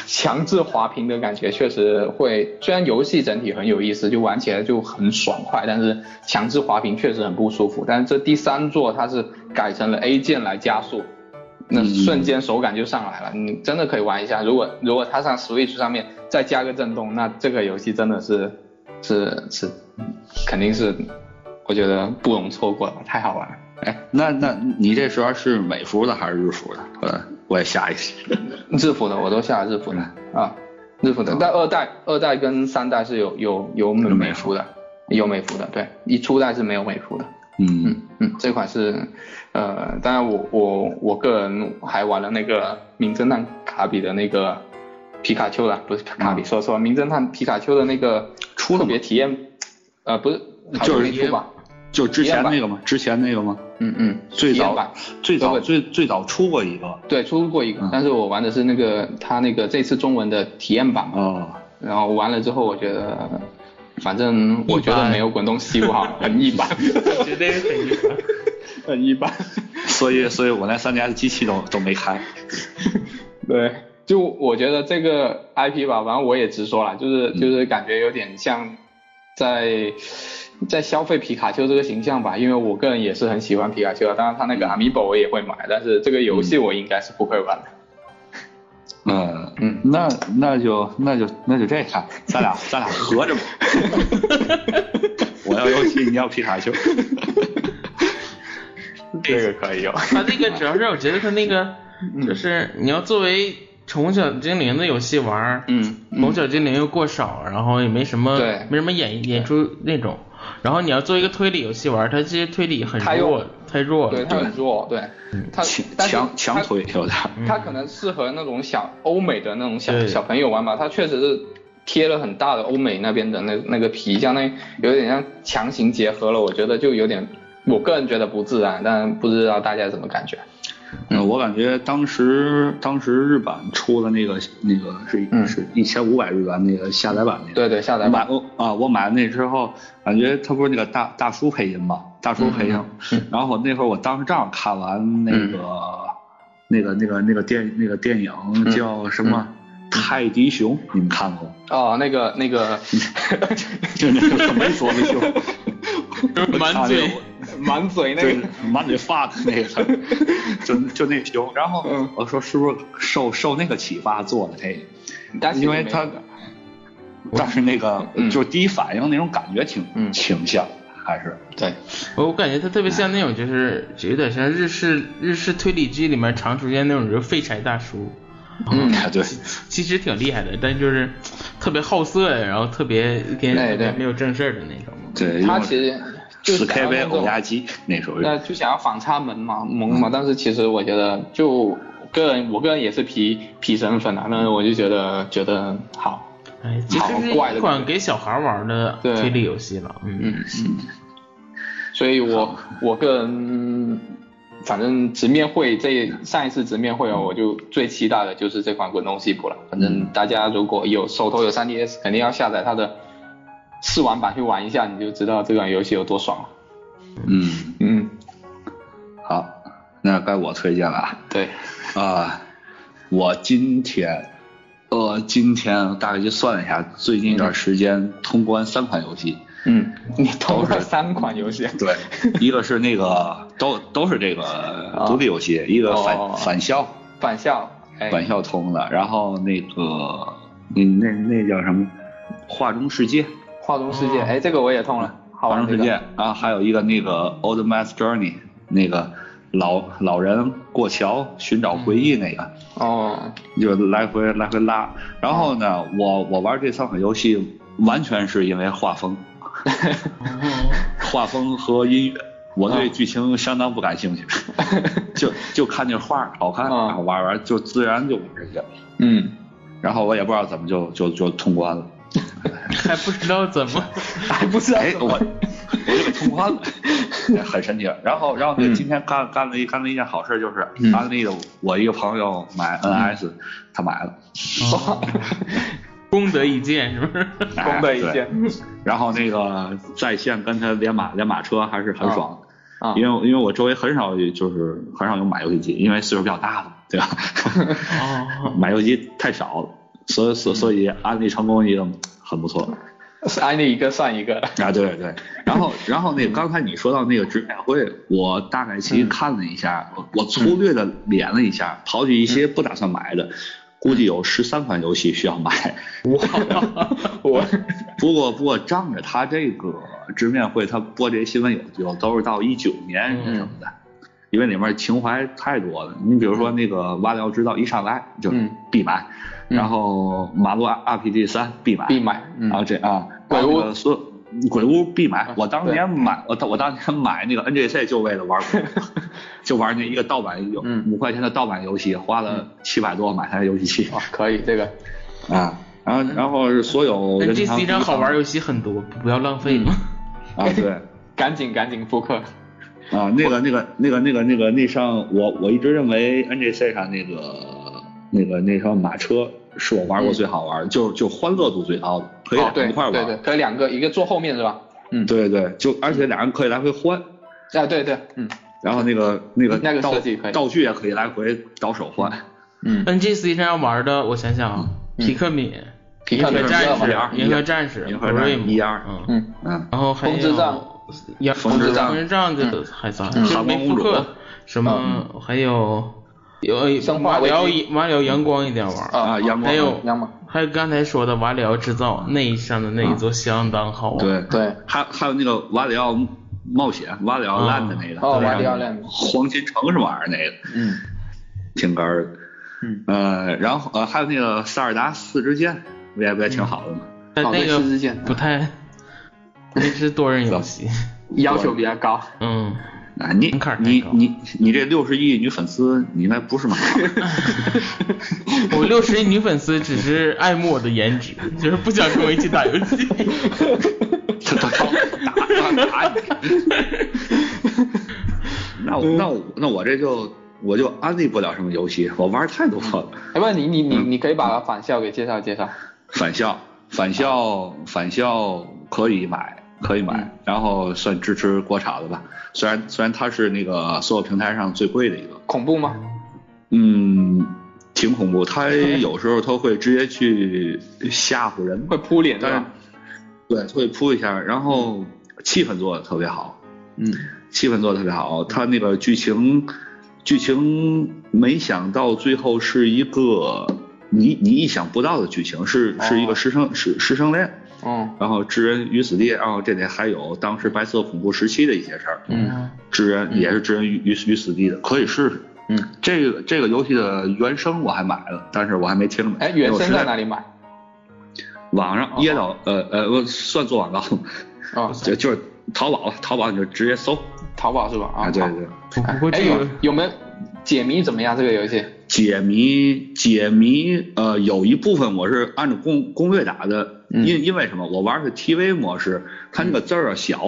Speaker 3: 强制滑屏的感觉，确实会。虽然游戏整体很有意思，就玩起来就很爽快，但是强制滑屏确实很不舒服。但是这第三座它是改成了 A 键来加速，那
Speaker 1: 嗯
Speaker 3: 瞬间手感就上来了，你真的可以玩一下。如果如果它上 Switch 上面再加个震动，那这个游戏真的是是是肯定是，我觉得不容错过了，太好玩了。
Speaker 1: 那那你这时候是美服的还是日服的？呃，我也下一期。
Speaker 3: 日服的我都下了日服的啊，日服的。但二代、二代跟三代是有有有
Speaker 1: 哦
Speaker 3: 美
Speaker 1: 有美
Speaker 3: 美服的，有美服的，对，一初代是没有美服的。
Speaker 1: 嗯
Speaker 3: 嗯嗯，这款是，呃，当然我我我个人还玩了那个名侦探卡比的那个皮卡丘啦，不是卡比，说错了，名侦探皮卡丘的那个
Speaker 1: 嗯出了吗
Speaker 3: 特别体验，呃，不是，
Speaker 1: 就是
Speaker 3: 好像没出吧？
Speaker 1: 就之前那个嘛，之前那个吗？
Speaker 3: 嗯嗯，
Speaker 1: 最
Speaker 3: 体验
Speaker 1: 早
Speaker 3: 版
Speaker 1: 最
Speaker 3: 不
Speaker 1: 早
Speaker 3: 不
Speaker 1: 最最早出过一个
Speaker 3: 对出过一个
Speaker 1: 嗯，
Speaker 3: 但是我玩的是那个他那个这次中文的体验版嘛。
Speaker 1: 哦，
Speaker 3: 然后玩了之后，我觉得，反正我觉
Speaker 2: 一
Speaker 3: 得
Speaker 2: 般
Speaker 3: 没有滚动西服好，很一般，
Speaker 2: 绝对是很一般。
Speaker 3: 很一般。
Speaker 1: 所以所以我那 3DS 机器都都没开。
Speaker 3: <laughs> 对，就我觉得这个 IP 吧，反正我也直说了，就是就是感觉有点像在在消费皮卡丘这个形象吧，因为我个人也是很喜欢皮卡丘的，当然他那个 Amiibo 我也会买，但是这个游戏我应该是不会玩的。
Speaker 1: 嗯
Speaker 3: 嗯
Speaker 1: 那那就那就那就这样，咱俩咱俩合着吧。我要游戏，你要皮
Speaker 3: <laughs>
Speaker 1: 卡丘。
Speaker 3: 这个可以有，
Speaker 2: 他这个主要是我觉得他那个就是你要作为宠物小精灵的游戏玩儿，
Speaker 3: 嗯嗯
Speaker 2: 宠物小精灵又过少，然后也没什么
Speaker 3: 对
Speaker 2: 没什么演演出那种。然后你要做一个推理游戏玩儿，它其实推理很
Speaker 3: 它
Speaker 2: 弱
Speaker 3: 又，
Speaker 2: 太弱
Speaker 3: 对，
Speaker 2: 了。
Speaker 3: 他很弱，对，他
Speaker 1: 强
Speaker 3: 但是
Speaker 1: 嗯强强
Speaker 3: 他
Speaker 1: 腿有点儿。
Speaker 3: 它可能适合那种小欧美的那种小
Speaker 2: 对
Speaker 3: 小朋友玩吧，它确实是贴了很大的欧美那边的那那个皮，相当于有点像强行结合了，我觉得就有点，我个人觉得不自然，但不知道大家怎么感觉。
Speaker 1: 嗯，我感觉当时当时日版出的那个那个是、
Speaker 3: 嗯
Speaker 1: 是一千五百日元那个下载版那个，
Speaker 3: 对对，下载
Speaker 1: 我买
Speaker 3: 版，
Speaker 1: 我啊，我买了那之后，感觉他不是那个大大叔配音嘛，大叔配
Speaker 3: 嗯
Speaker 1: 音。然后我那会儿我当时正好看完那个、那个那个那个电那个电
Speaker 3: 嗯
Speaker 1: 影叫什么《泰迪熊》，你们看过吗？ <laughs>
Speaker 3: 哦，那个那个，
Speaker 1: 就那个没说没说，
Speaker 2: 就是满嘴
Speaker 3: 满嘴那
Speaker 1: 对
Speaker 3: 个，，
Speaker 1: 满嘴 fuck 那个，就就那熊。然后
Speaker 3: 嗯
Speaker 1: 我说是不是受受那个启发做的这个？
Speaker 3: 但其实
Speaker 1: 因为
Speaker 3: 没
Speaker 1: 他
Speaker 3: 有的，
Speaker 1: 但是那个、
Speaker 3: 嗯
Speaker 1: 就是第一反应那种感觉挺、
Speaker 3: 嗯
Speaker 1: 挺像，还是
Speaker 3: 对，
Speaker 2: <laughs> 我我感觉它特别像那种，就是有点像日式日式推理剧里面常出现那种就是废柴大叔，
Speaker 3: 嗯，
Speaker 1: <laughs> 对，
Speaker 2: 其实挺厉害的，但就是特别好色呀，然后特别一天
Speaker 3: 对对
Speaker 2: 没有正事儿的那种。
Speaker 1: 对，因为
Speaker 3: 他
Speaker 1: 我
Speaker 3: 其实就
Speaker 1: 史
Speaker 3: 想
Speaker 1: K
Speaker 3: 要用
Speaker 1: 杯
Speaker 3: 这种
Speaker 1: 偶压机那时候
Speaker 3: 那就想要反差萌嘛萌
Speaker 1: 嗯
Speaker 3: 嘛，但是其实我觉得就我个人我个人也是皮皮神粉啊，但是我就觉得觉得好，
Speaker 2: 哎，其实是一款给小孩玩的
Speaker 3: 对
Speaker 2: 推理游戏了，嗯，
Speaker 3: 嗯嗯，所以我我个人反正直面会这上一次直面会
Speaker 1: 嗯
Speaker 3: 哦，我就最期待的就是这款《滚动西部》了。反正大家如果有手头有 3DS，肯定要下载它的试玩版去玩一下，你就知道这款游戏有多爽了。
Speaker 1: 嗯，
Speaker 3: 嗯，
Speaker 1: 好，那该我推荐了啊。
Speaker 3: 对，
Speaker 1: 啊，我今天，呃，今天大概就算了一下，最近一段时间通关三款游戏，
Speaker 3: 嗯，你投了三款游戏，
Speaker 1: 对，一个是那个都都是这个独立游戏，一个返、
Speaker 3: 哦
Speaker 1: 返校
Speaker 3: 返校，哎，
Speaker 1: 返校通了，然后那个那那那叫什么？画中世界，
Speaker 3: 画中世界，
Speaker 2: 哦
Speaker 3: 哎，这个我也通了，好
Speaker 1: 画
Speaker 3: 啊玩
Speaker 1: 中世
Speaker 3: 这个
Speaker 1: 界，然后还有一个那个 Old Man's Journey，那个老老人过桥寻找回忆那个，
Speaker 3: 哦，
Speaker 1: 就来回来回拉。然后呢，我我玩这三款游戏完全是因为画风，画风和音乐。我对剧情相当不感兴
Speaker 3: <laughs>
Speaker 1: 趣，就就看这画儿好看，
Speaker 3: 嗯
Speaker 1: 然后玩玩就自然就玩这些。
Speaker 3: 嗯，
Speaker 1: 然后我也不知道怎么就就就通关了。
Speaker 2: <laughs> 还不知道怎么，
Speaker 3: 还不知道
Speaker 1: 哎， <laughs>
Speaker 3: 怎
Speaker 1: 我
Speaker 3: 么，
Speaker 1: 我就给通 <laughs> 关了，很神奇。然后，然后呢，
Speaker 3: 嗯
Speaker 1: 今天干干了一干了一件好事，就是
Speaker 3: 嗯
Speaker 1: 安利了我一个朋友买 NS，他买 <laughs> 了。
Speaker 2: 哦功德一件是不是？
Speaker 3: 功德一
Speaker 1: 哎
Speaker 3: 件
Speaker 1: 然后那个在线跟他连马连马车还是很爽的，
Speaker 3: 啊，
Speaker 1: 因为因为我周围很少有就是很少有买游戏机，因为岁数比较大了，对吧？
Speaker 2: 哦，
Speaker 1: <laughs> 买游戏机太少了，所以所所以安利成功也很不错
Speaker 3: 是安利一个算一个了。
Speaker 1: 啊，对对。然后然后
Speaker 3: 嗯
Speaker 1: 那个刚才你说到那个直面会，我大概其实看了一下，我
Speaker 3: 嗯
Speaker 1: 我粗略的连了一下，刨去一些不打算买的，估计有十三款游戏需要买。 <laughs>
Speaker 3: 我
Speaker 1: 不过不过，仗着他这个直面会，他播这些新闻有有都是到一九年
Speaker 3: 嗯
Speaker 1: 什么的，因为里面情怀太多了。你比如说那个《挖聊之道》一上来就
Speaker 3: 嗯
Speaker 1: 必买，
Speaker 3: 嗯
Speaker 1: 然后《马路 RPG 三》必买，
Speaker 3: 必买，嗯
Speaker 1: 然后这啊，
Speaker 3: 鬼屋
Speaker 1: 然后那个所有。鬼屋必买
Speaker 3: 啊，
Speaker 1: 我当年买，我当我当年买那个 NGC 就为了玩
Speaker 3: <laughs>
Speaker 1: 鬼屋，就玩那一个盗版游
Speaker 3: 嗯
Speaker 1: 五块钱的盗版游戏，花了七百多买台游戏器
Speaker 3: 哦，可以这个，
Speaker 1: 啊，然后然后是所有
Speaker 2: 那
Speaker 1: 人
Speaker 2: <laughs> 这
Speaker 1: 堂
Speaker 2: 一张好玩
Speaker 1: 地
Speaker 2: 游戏很多，不要浪费嘛。
Speaker 1: 啊，
Speaker 3: <laughs>
Speaker 1: 对，
Speaker 3: 赶紧赶紧复刻，
Speaker 1: 啊，那个、那个、那个、那个、那个、那上，我我一直认为 NGC 上那个、那个、那上马车是我玩过最好玩的，就就欢乐度最高的，可以
Speaker 3: 嗯哦
Speaker 1: 两
Speaker 3: 对
Speaker 1: 人一块玩。
Speaker 3: 对对，可以两个，一个坐后面是吧？嗯，
Speaker 1: 对对就而且俩人可以来回换，
Speaker 3: 啊对对，嗯
Speaker 1: 然后那个那个
Speaker 3: 那个
Speaker 1: 道
Speaker 3: 设计可以
Speaker 1: 道具也可以来回倒手换。
Speaker 3: 嗯，
Speaker 2: NGC 上玩的，我想想啊，
Speaker 3: 嗯
Speaker 2: 皮克敏、
Speaker 3: 皮
Speaker 2: 银
Speaker 3: 克
Speaker 2: 河
Speaker 3: 敏
Speaker 1: 克
Speaker 2: 战
Speaker 1: 一
Speaker 2: 士
Speaker 1: 二、
Speaker 2: 银河战士、
Speaker 1: 银河战士
Speaker 2: Grim，
Speaker 1: 一二
Speaker 2: 嗯，
Speaker 3: 嗯，
Speaker 1: 嗯，
Speaker 2: 然后还有
Speaker 3: 风之杖
Speaker 2: 也
Speaker 1: 风
Speaker 3: 之杖
Speaker 2: 风之杖这个还算，
Speaker 3: 嗯
Speaker 2: 就是
Speaker 1: 闪
Speaker 2: 没复
Speaker 1: 光公
Speaker 2: 刻
Speaker 1: 主，
Speaker 2: 什么还有有
Speaker 3: 生
Speaker 2: 马
Speaker 3: 化
Speaker 2: 里奥
Speaker 3: 危机
Speaker 2: 一马里奥阳光一点玩
Speaker 3: 哦
Speaker 2: 儿，
Speaker 1: 啊，阳光
Speaker 2: 还有
Speaker 3: 要么
Speaker 2: 还有刚才说的瓦里奥制造那一上的那一座相当好玩，
Speaker 1: 对，
Speaker 3: 嗯对，哦
Speaker 1: 还还有那个瓦里奥冒险，瓦里
Speaker 2: 啊
Speaker 1: 奥烂的那个，
Speaker 3: 哦，
Speaker 1: 对
Speaker 3: 瓦里奥 l a m
Speaker 1: 黄金城什么玩意儿那个，
Speaker 3: 嗯
Speaker 1: 挺哏儿的。
Speaker 3: 嗯，
Speaker 1: 呃，然后呃，还有那个塞尔达四支箭，不也不也挺
Speaker 2: 嗯
Speaker 1: 好的吗？
Speaker 2: 但
Speaker 3: 哦
Speaker 2: 那
Speaker 3: 对
Speaker 2: 个
Speaker 3: 狮子剑
Speaker 2: 不
Speaker 3: <laughs>
Speaker 2: 太，那是多人游戏，
Speaker 3: 要求比较高，
Speaker 2: 嗯，
Speaker 1: 啊，你
Speaker 2: 门槛儿太
Speaker 1: 你
Speaker 2: 高
Speaker 1: 你你这六十亿女粉丝，你应该不是吗？
Speaker 2: 我六十亿女粉丝只是爱慕我的颜值，就是不想跟我一起打游戏。 <laughs>
Speaker 1: 他他他打打你！ <laughs> 那我那我那我这就我就安利不了什么游戏，我玩儿太多
Speaker 2: 嗯
Speaker 1: 了。
Speaker 3: 哎不，你你你
Speaker 1: 嗯
Speaker 3: 你可以把返校给介绍介绍，
Speaker 1: 返校，返校，返校可以买，可以买
Speaker 3: 嗯，
Speaker 1: 然后算支持国产的吧。虽然虽然它是那个所有平台上最贵的一个，
Speaker 3: 恐怖吗？
Speaker 1: 嗯，挺恐怖。他有时候他会直接去吓唬人，
Speaker 3: 会扑脸是
Speaker 1: 但是
Speaker 3: 吧？
Speaker 1: 对会扑一下，然后气氛做的特别好，
Speaker 3: 嗯
Speaker 1: 气氛做的特别好。他那个剧情，剧情没想到最后是一个你你意想不到的剧情，是是一个
Speaker 3: 哦
Speaker 1: 师生师师生恋，
Speaker 3: 哦
Speaker 1: 然后置人于死地，然后这里还有当时白色恐怖时期的一些事儿，
Speaker 2: <laughs>
Speaker 3: 嗯
Speaker 1: 置人也是置人于于于死地的，可以试试。
Speaker 3: 嗯，
Speaker 1: 这个这个游戏的原声我还买了，但是我还没听呢。
Speaker 3: 哎，
Speaker 1: 因
Speaker 3: 原
Speaker 1: 为我
Speaker 3: 声
Speaker 1: 实
Speaker 3: 在哪里哦买？
Speaker 1: 网上
Speaker 3: 哦
Speaker 1: 椰岛，呃呃，我算做广告，
Speaker 3: 哦
Speaker 1: <laughs> 就就是淘宝，淘宝你就直接搜
Speaker 3: 淘宝是吧？
Speaker 1: 啊，
Speaker 3: 啊，
Speaker 1: 对
Speaker 3: 好
Speaker 1: 对，
Speaker 2: 不不过
Speaker 3: 哎，
Speaker 2: 这
Speaker 3: 有
Speaker 2: 个
Speaker 3: 有没有解谜怎么样？这个游戏
Speaker 1: 解谜解谜，呃，有一部分我是按照攻攻略打的，
Speaker 3: 嗯
Speaker 1: 因因为什么？我玩的是 TV 模式，它那个字儿啊小，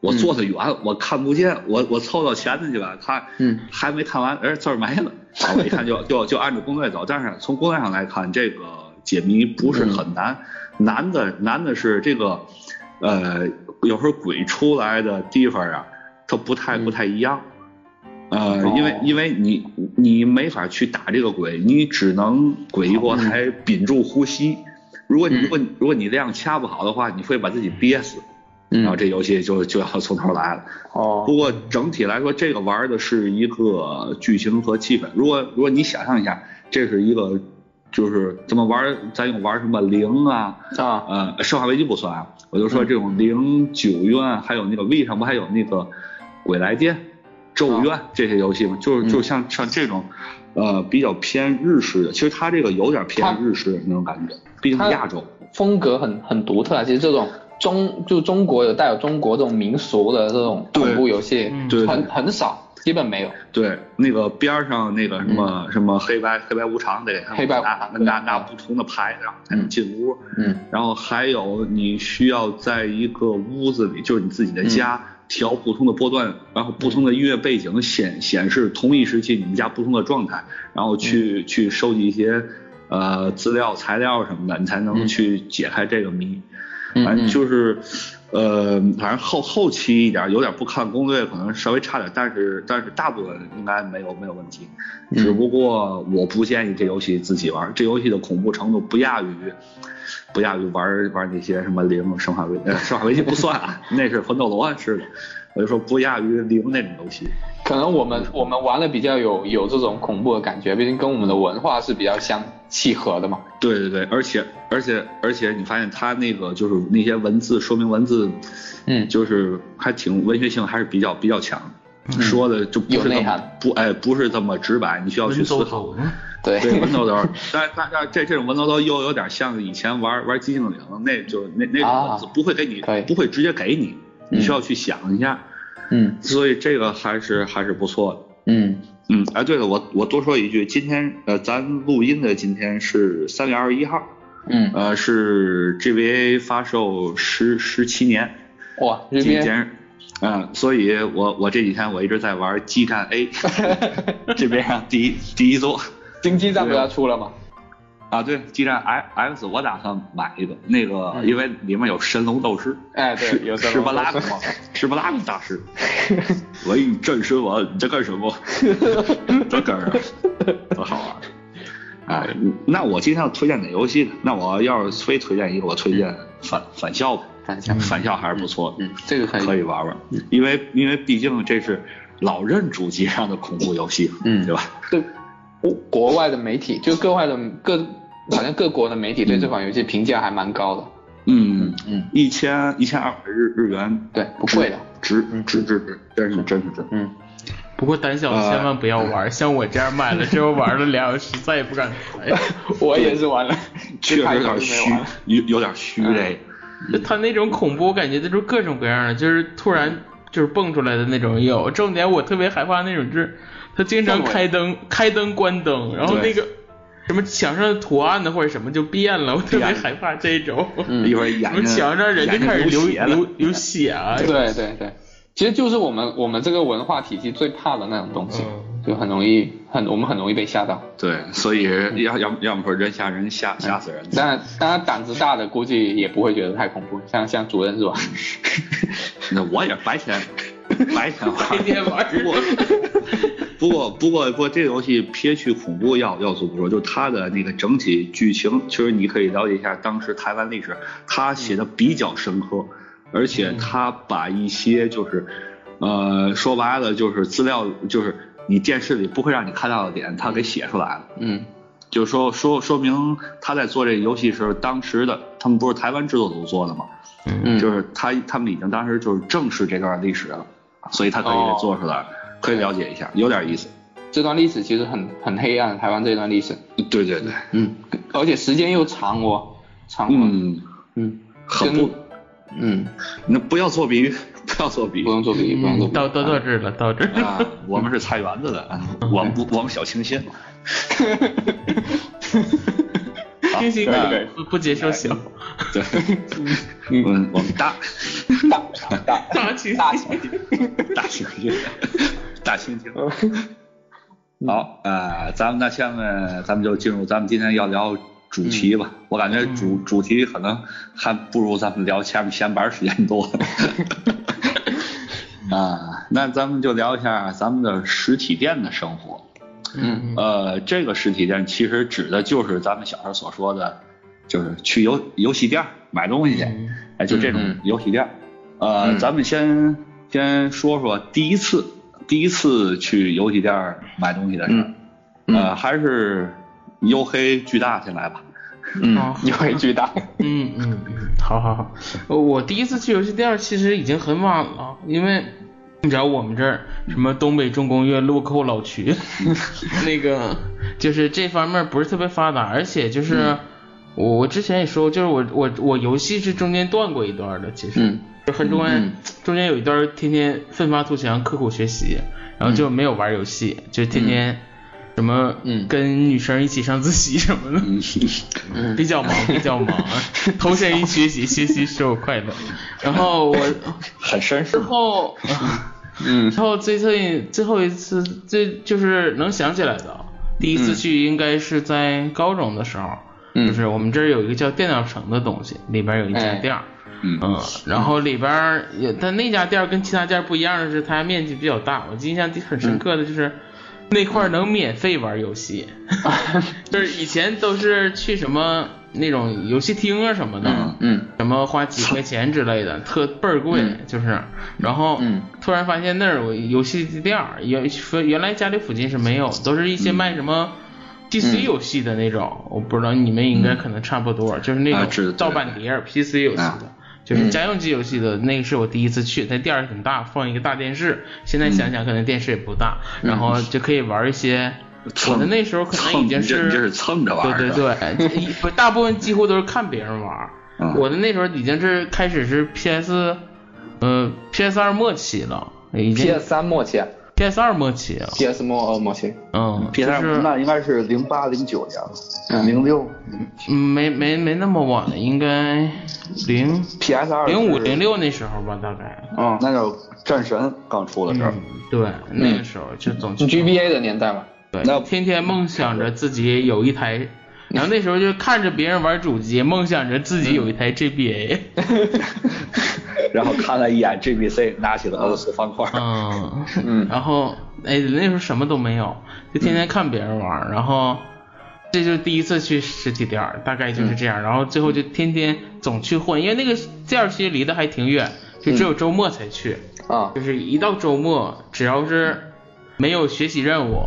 Speaker 1: 我
Speaker 3: 嗯
Speaker 1: 坐得远，我看不见，我我凑到前头去吧，看，
Speaker 3: 嗯
Speaker 1: 还没看完，哎，字儿没
Speaker 3: <laughs>
Speaker 1: 了，啊我一看就就就按照攻略走，但是从攻略上来看，这个解谜不是很难，
Speaker 3: 嗯
Speaker 1: 难的难的是这个，呃，有时候鬼出来的地方啊，它不太不太一样。呃，因为
Speaker 3: 嗯哦
Speaker 1: 因为你你没法去打这个鬼，你只能鬼一过台屏住呼吸。如果你
Speaker 3: 哦嗯
Speaker 1: 如果你如果你这样掐不好的话，你会把自己憋死，然后
Speaker 3: 嗯
Speaker 1: 这游戏就就要从头来了。
Speaker 3: 哦
Speaker 1: 不过整体来说，这个玩的是一个剧情和气氛。如果如果你想象一下，这是一个就是怎么玩，咱有玩什么零啊，
Speaker 3: 啊
Speaker 1: 呃，生化危机不算啊，我就说这
Speaker 3: 嗯
Speaker 1: 种零九院，还有那个 V 上不还有那个鬼来电、咒怨
Speaker 3: 啊
Speaker 1: 这些游戏吗？就是
Speaker 3: 嗯
Speaker 1: 就像像这种，呃，比较偏日式的。其实它这个有点偏
Speaker 3: 它
Speaker 1: 日式的那种感觉，毕竟是
Speaker 3: 它
Speaker 1: 亚洲。
Speaker 3: 风格很很独特啊。其实这种中就中国有带有中国这种民俗的这种
Speaker 1: 对
Speaker 3: 恐怖游戏，
Speaker 2: 嗯
Speaker 1: 对
Speaker 3: 很很少，基本没有。
Speaker 1: 对，那个边儿上那个什么、什么黑白黑白无常得给他们
Speaker 3: 嗯黑白无
Speaker 1: 拿
Speaker 3: 常嗯对
Speaker 1: 拿拿不同的牌，然后才能进屋。
Speaker 3: 嗯
Speaker 1: 然后还有你需要在一个屋子里，就是你自己的家，
Speaker 3: 嗯
Speaker 1: 调不同的波段，然后不同的音乐背景
Speaker 3: 嗯
Speaker 1: 显显示同一时期你们家不同的状态，然后去、
Speaker 3: 嗯
Speaker 1: 去收集一些呃资料材料什么的，你才能
Speaker 3: 嗯
Speaker 1: 去解开这个谜。
Speaker 3: 嗯
Speaker 1: 反正
Speaker 3: 嗯
Speaker 1: 就是，呃，反正后后期一点，有点不看攻略，可能稍微差点，但是但是大部分应该没有没有问题。
Speaker 3: 嗯
Speaker 1: 只不过我不建议这游戏自己玩，这游戏的恐怖程度不亚于不亚于玩玩那些什么零生化危呃生化危机不算啊， <laughs> 那是魂斗罗似的。我就说不亚于零那种游戏，
Speaker 3: 可能我们我们玩的比较有有这种恐怖的感觉，毕竟跟我们的文化是比较相契合的嘛。
Speaker 1: 对对对，而且而且而且你发现它那个就是那些文字说明文字，
Speaker 3: 嗯
Speaker 1: 就是还挺文学性还是比较比较强的，说的就不
Speaker 3: 嗯有
Speaker 1: 是
Speaker 3: 内
Speaker 1: 那么
Speaker 3: 涵
Speaker 1: 不哎不是这么直白，你需要去
Speaker 2: 文绉
Speaker 1: 思考。
Speaker 2: 绉，
Speaker 3: 对，
Speaker 1: 对文绉绉， <laughs> 但但但这这种文绉绉又有点像以前玩玩寂静岭，那就是那那种文字
Speaker 3: 啊
Speaker 1: 不会给你、
Speaker 3: 可以
Speaker 1: 不会直接给你，你需要去想一下，
Speaker 3: 嗯
Speaker 1: 所以这个还是还是不错的。
Speaker 3: 嗯
Speaker 1: 嗯，哎，对了，我我多说一句，今天呃，咱录音的今天是三月二十一号，
Speaker 3: 嗯，
Speaker 1: 呃，是 GBA 发售十十七年
Speaker 3: 哇，这
Speaker 1: 纪念
Speaker 3: 边
Speaker 1: 日，嗯，所以我我这几天我一直在玩激战
Speaker 3: <laughs>
Speaker 1: A，这边上第一第一座。
Speaker 3: 经济战不要出了嘛？
Speaker 1: 啊，对，激战 X X，我打算买一个，那个、因为里面有神龙斗士，
Speaker 3: 嗯哎对
Speaker 1: 是
Speaker 3: 有神
Speaker 1: 施
Speaker 3: 龙
Speaker 1: 巴拉
Speaker 3: 斗
Speaker 1: 克
Speaker 3: 士，
Speaker 1: 施巴拉克大
Speaker 3: <laughs>
Speaker 1: 师，我与战神王，你在干什么？多哏儿啊，多好玩儿！哎，那我今天要推荐哪游戏呢？那我要是非推荐一个，我推荐返返校吧，
Speaker 3: 返校
Speaker 1: 返校还是不错的，
Speaker 3: 嗯，这个可以，
Speaker 1: 可以玩玩，因为因为毕竟这是老任主机上的恐怖游戏，
Speaker 3: 嗯
Speaker 1: 对吧？
Speaker 3: 对，国国外的媒体，就各外的各，好像各国的媒体对这款游戏评价还蛮高的。
Speaker 1: 嗯
Speaker 3: 嗯，
Speaker 1: 一千一千二百日日元，
Speaker 3: 对，不贵的。
Speaker 1: 值值值值，真是真是真。
Speaker 3: 嗯，
Speaker 2: 不过胆小千万不要玩，像我这样买了之后玩了两小时，再也不敢开。
Speaker 3: <laughs> 我也是玩了，
Speaker 1: 确实有点
Speaker 3: 就
Speaker 1: 虚
Speaker 3: 没玩了，
Speaker 1: 有有点虚这
Speaker 2: 就他那种恐怖，我感觉就是各种各样的，就是突然就是蹦出来的那种也有。重点我特别害怕那种，就是他经常开灯、开灯、关灯，然后那个什么墙上的图案的或者什么就变了，我特别
Speaker 1: 变了
Speaker 2: 害怕这种。
Speaker 3: 嗯哎
Speaker 1: 个，一会儿眼
Speaker 2: 什么
Speaker 1: 睛
Speaker 2: 墙上人就
Speaker 1: 眼睛
Speaker 2: 开始流
Speaker 1: 流血
Speaker 2: 流
Speaker 1: 了。
Speaker 2: 流血啊！
Speaker 3: 对对对，其实就是我们我们这个文化体系最怕的那种东西，
Speaker 2: 嗯
Speaker 3: 就很容易很我们很容易被吓到。
Speaker 1: 对，所以要要要么说人吓人吓吓死人。
Speaker 3: 当然，当然胆子大的估计也不会觉得太恐怖，像像主任是吧？
Speaker 2: <laughs>
Speaker 1: 那我也白天白天玩
Speaker 2: 白天玩
Speaker 1: 不过不过不过不过这个游戏撇去恐怖要要素不说，就它的那个整体剧情，其实你可以了解一下当时台湾历史，它写的比较深刻，而且它把一些就是，呃，说白了就是资料就是你电视里不会让你看到的点，它给写出来了。
Speaker 3: 嗯
Speaker 1: 就是说说说明他在做这个游戏时候，当时的他们不是台湾制作组做的吗？
Speaker 3: 嗯，
Speaker 1: 就是他他们已经当时就是正视这段历史了，所以他可以给做出来，可以了解一下，有点意思。
Speaker 3: 这段历史其实很很黑暗，台湾这段历史，
Speaker 1: 对对对，
Speaker 3: 嗯，而且时间又长哦，长哦，
Speaker 1: 嗯，
Speaker 3: 嗯
Speaker 1: 很不
Speaker 3: 跟，嗯，
Speaker 1: 那不要做比喻，要做比
Speaker 3: 不。用做比，不用做
Speaker 2: 嗯，
Speaker 3: 比。
Speaker 2: 到到到这儿了，到这儿了。
Speaker 1: 啊，我们是菜园子的， <laughs> 啊我们不，我们小清新。
Speaker 2: <laughs> 清新
Speaker 3: 对
Speaker 2: 哥
Speaker 3: 对
Speaker 2: 不不接受小，
Speaker 1: 对，我们嗯我们大
Speaker 3: 大大
Speaker 2: 大清新
Speaker 3: 大型，
Speaker 1: <laughs> 大清新，大清新。好，呃，咱们那下面咱们就进入咱们今天要聊主题吧。我感觉主主题可能还不如咱们聊前面闲白时间多。啊，那咱们就聊一下咱们的实体店的生活。
Speaker 2: 嗯嗯
Speaker 1: 呃，这个实体店其实指的就是咱们小时候所说的，就是去游游戏店儿买东西去，
Speaker 2: 嗯
Speaker 1: 哎，就这种
Speaker 3: 嗯嗯
Speaker 1: 游戏店儿。呃，
Speaker 3: 嗯
Speaker 1: 咱们先先说说第一次第一次去游戏店儿买东西的事儿。
Speaker 3: 嗯嗯
Speaker 1: 呃，还是黝黑巨大先来吧。
Speaker 3: 嗯，有黑巨大，
Speaker 2: 嗯嗯，嗯，好好好，呃我第一次去游戏店儿其实已经很晚了，因为你知道我们这儿什么东北重工业路口老区，那个就是这方面不是特别发达，而且就是我我之前也说过，就是我我我游戏是中间断过一段的，其实。
Speaker 3: 嗯
Speaker 2: 就很中间、
Speaker 3: 嗯
Speaker 2: 中间有一段天天奋发图强、刻苦学习，然后就没有玩游戏，就天天什么
Speaker 3: 嗯
Speaker 2: 跟女生一起上自习什么的，
Speaker 1: 嗯，
Speaker 2: <laughs>
Speaker 3: 嗯
Speaker 2: 比较忙，比较
Speaker 3: <laughs>
Speaker 2: 忙，投身于学习，学习使我快乐。然后
Speaker 3: <laughs>
Speaker 2: 我
Speaker 1: 很绅
Speaker 2: 之
Speaker 1: 士。
Speaker 2: 后，
Speaker 3: 嗯
Speaker 2: 然后最最最后一次，最就是能想起来的，第一次去应该是在高中的时候，
Speaker 3: 嗯哎
Speaker 2: 就是我们这儿有一个叫电脑城的东西，里边有一家店儿。
Speaker 1: 嗯
Speaker 2: 嗯，然后里边儿也，但那家店儿跟其他店儿不一样的是，它面积比较大。我印象很
Speaker 1: 嗯
Speaker 2: 深刻的就是，那块儿能免费玩游
Speaker 1: <laughs>
Speaker 2: 戏，就是以前都是去什么那种游戏厅啊什么的，
Speaker 1: 嗯
Speaker 3: 嗯
Speaker 2: 什么花几块钱之类的，特倍儿贵，
Speaker 3: 嗯
Speaker 2: 就是。然后、
Speaker 3: 嗯
Speaker 2: 突然发现那儿有游戏店儿，原说原来家里附近是没有，都是一
Speaker 1: 嗯
Speaker 2: 些卖什么 PC
Speaker 3: 嗯
Speaker 2: 游戏的那种，我不知道你们应该可能差不多，就是那
Speaker 1: 嗯啊
Speaker 2: 种
Speaker 1: 知道
Speaker 2: 盗版碟儿 PC 游戏的。
Speaker 1: 啊
Speaker 2: 就是家用机游戏的那个是我第一次去，那店儿很大，放一个大电视。现在想想
Speaker 1: 嗯
Speaker 2: 可能电视也不大，然后就可以玩一些。我的那时候可能已经
Speaker 1: 蹭
Speaker 2: 是
Speaker 1: 你这你这是蹭着玩儿
Speaker 2: 对
Speaker 1: 的
Speaker 2: 对对，一不大部分几乎都是看别人玩儿。
Speaker 1: 嗯
Speaker 2: 我的那时候已经是开始是 PS，呃 PS 二末期了，已经
Speaker 3: ，PS 三末期
Speaker 2: PS 二末期了。
Speaker 3: ，PS 末呃二末期，
Speaker 2: 嗯，
Speaker 1: P
Speaker 2: 就
Speaker 1: 三
Speaker 2: 是
Speaker 1: 那应该是零八零九年了，零六
Speaker 2: 嗯没没没那么晚了，应该零
Speaker 3: PS 二
Speaker 2: 零五零六那时候吧，大概。
Speaker 3: 嗯
Speaker 1: 那叫战神刚出的时候。
Speaker 2: 嗯，对，那个时候就总去
Speaker 3: ，GBA 的年代嘛，
Speaker 2: 对，
Speaker 1: 那
Speaker 2: 天天梦想着自己有一 <laughs> 台，然后那时候就看着别人玩主机，梦想着自己有一台 GBA。嗯
Speaker 1: <laughs> 然后看了一眼 GBC，拿起了俄罗斯方块。
Speaker 2: <laughs> 嗯，
Speaker 3: 嗯
Speaker 2: <laughs> 然后哎，那时候什么都没有，就天天看别人玩儿，然后这就是第一次去实体店儿，大概就是这样，然后最后就天天总去混，因为那个店儿其实离得还挺远，就只有周末才去，
Speaker 3: 啊
Speaker 2: 就是一到周末，只要是没有学习任务，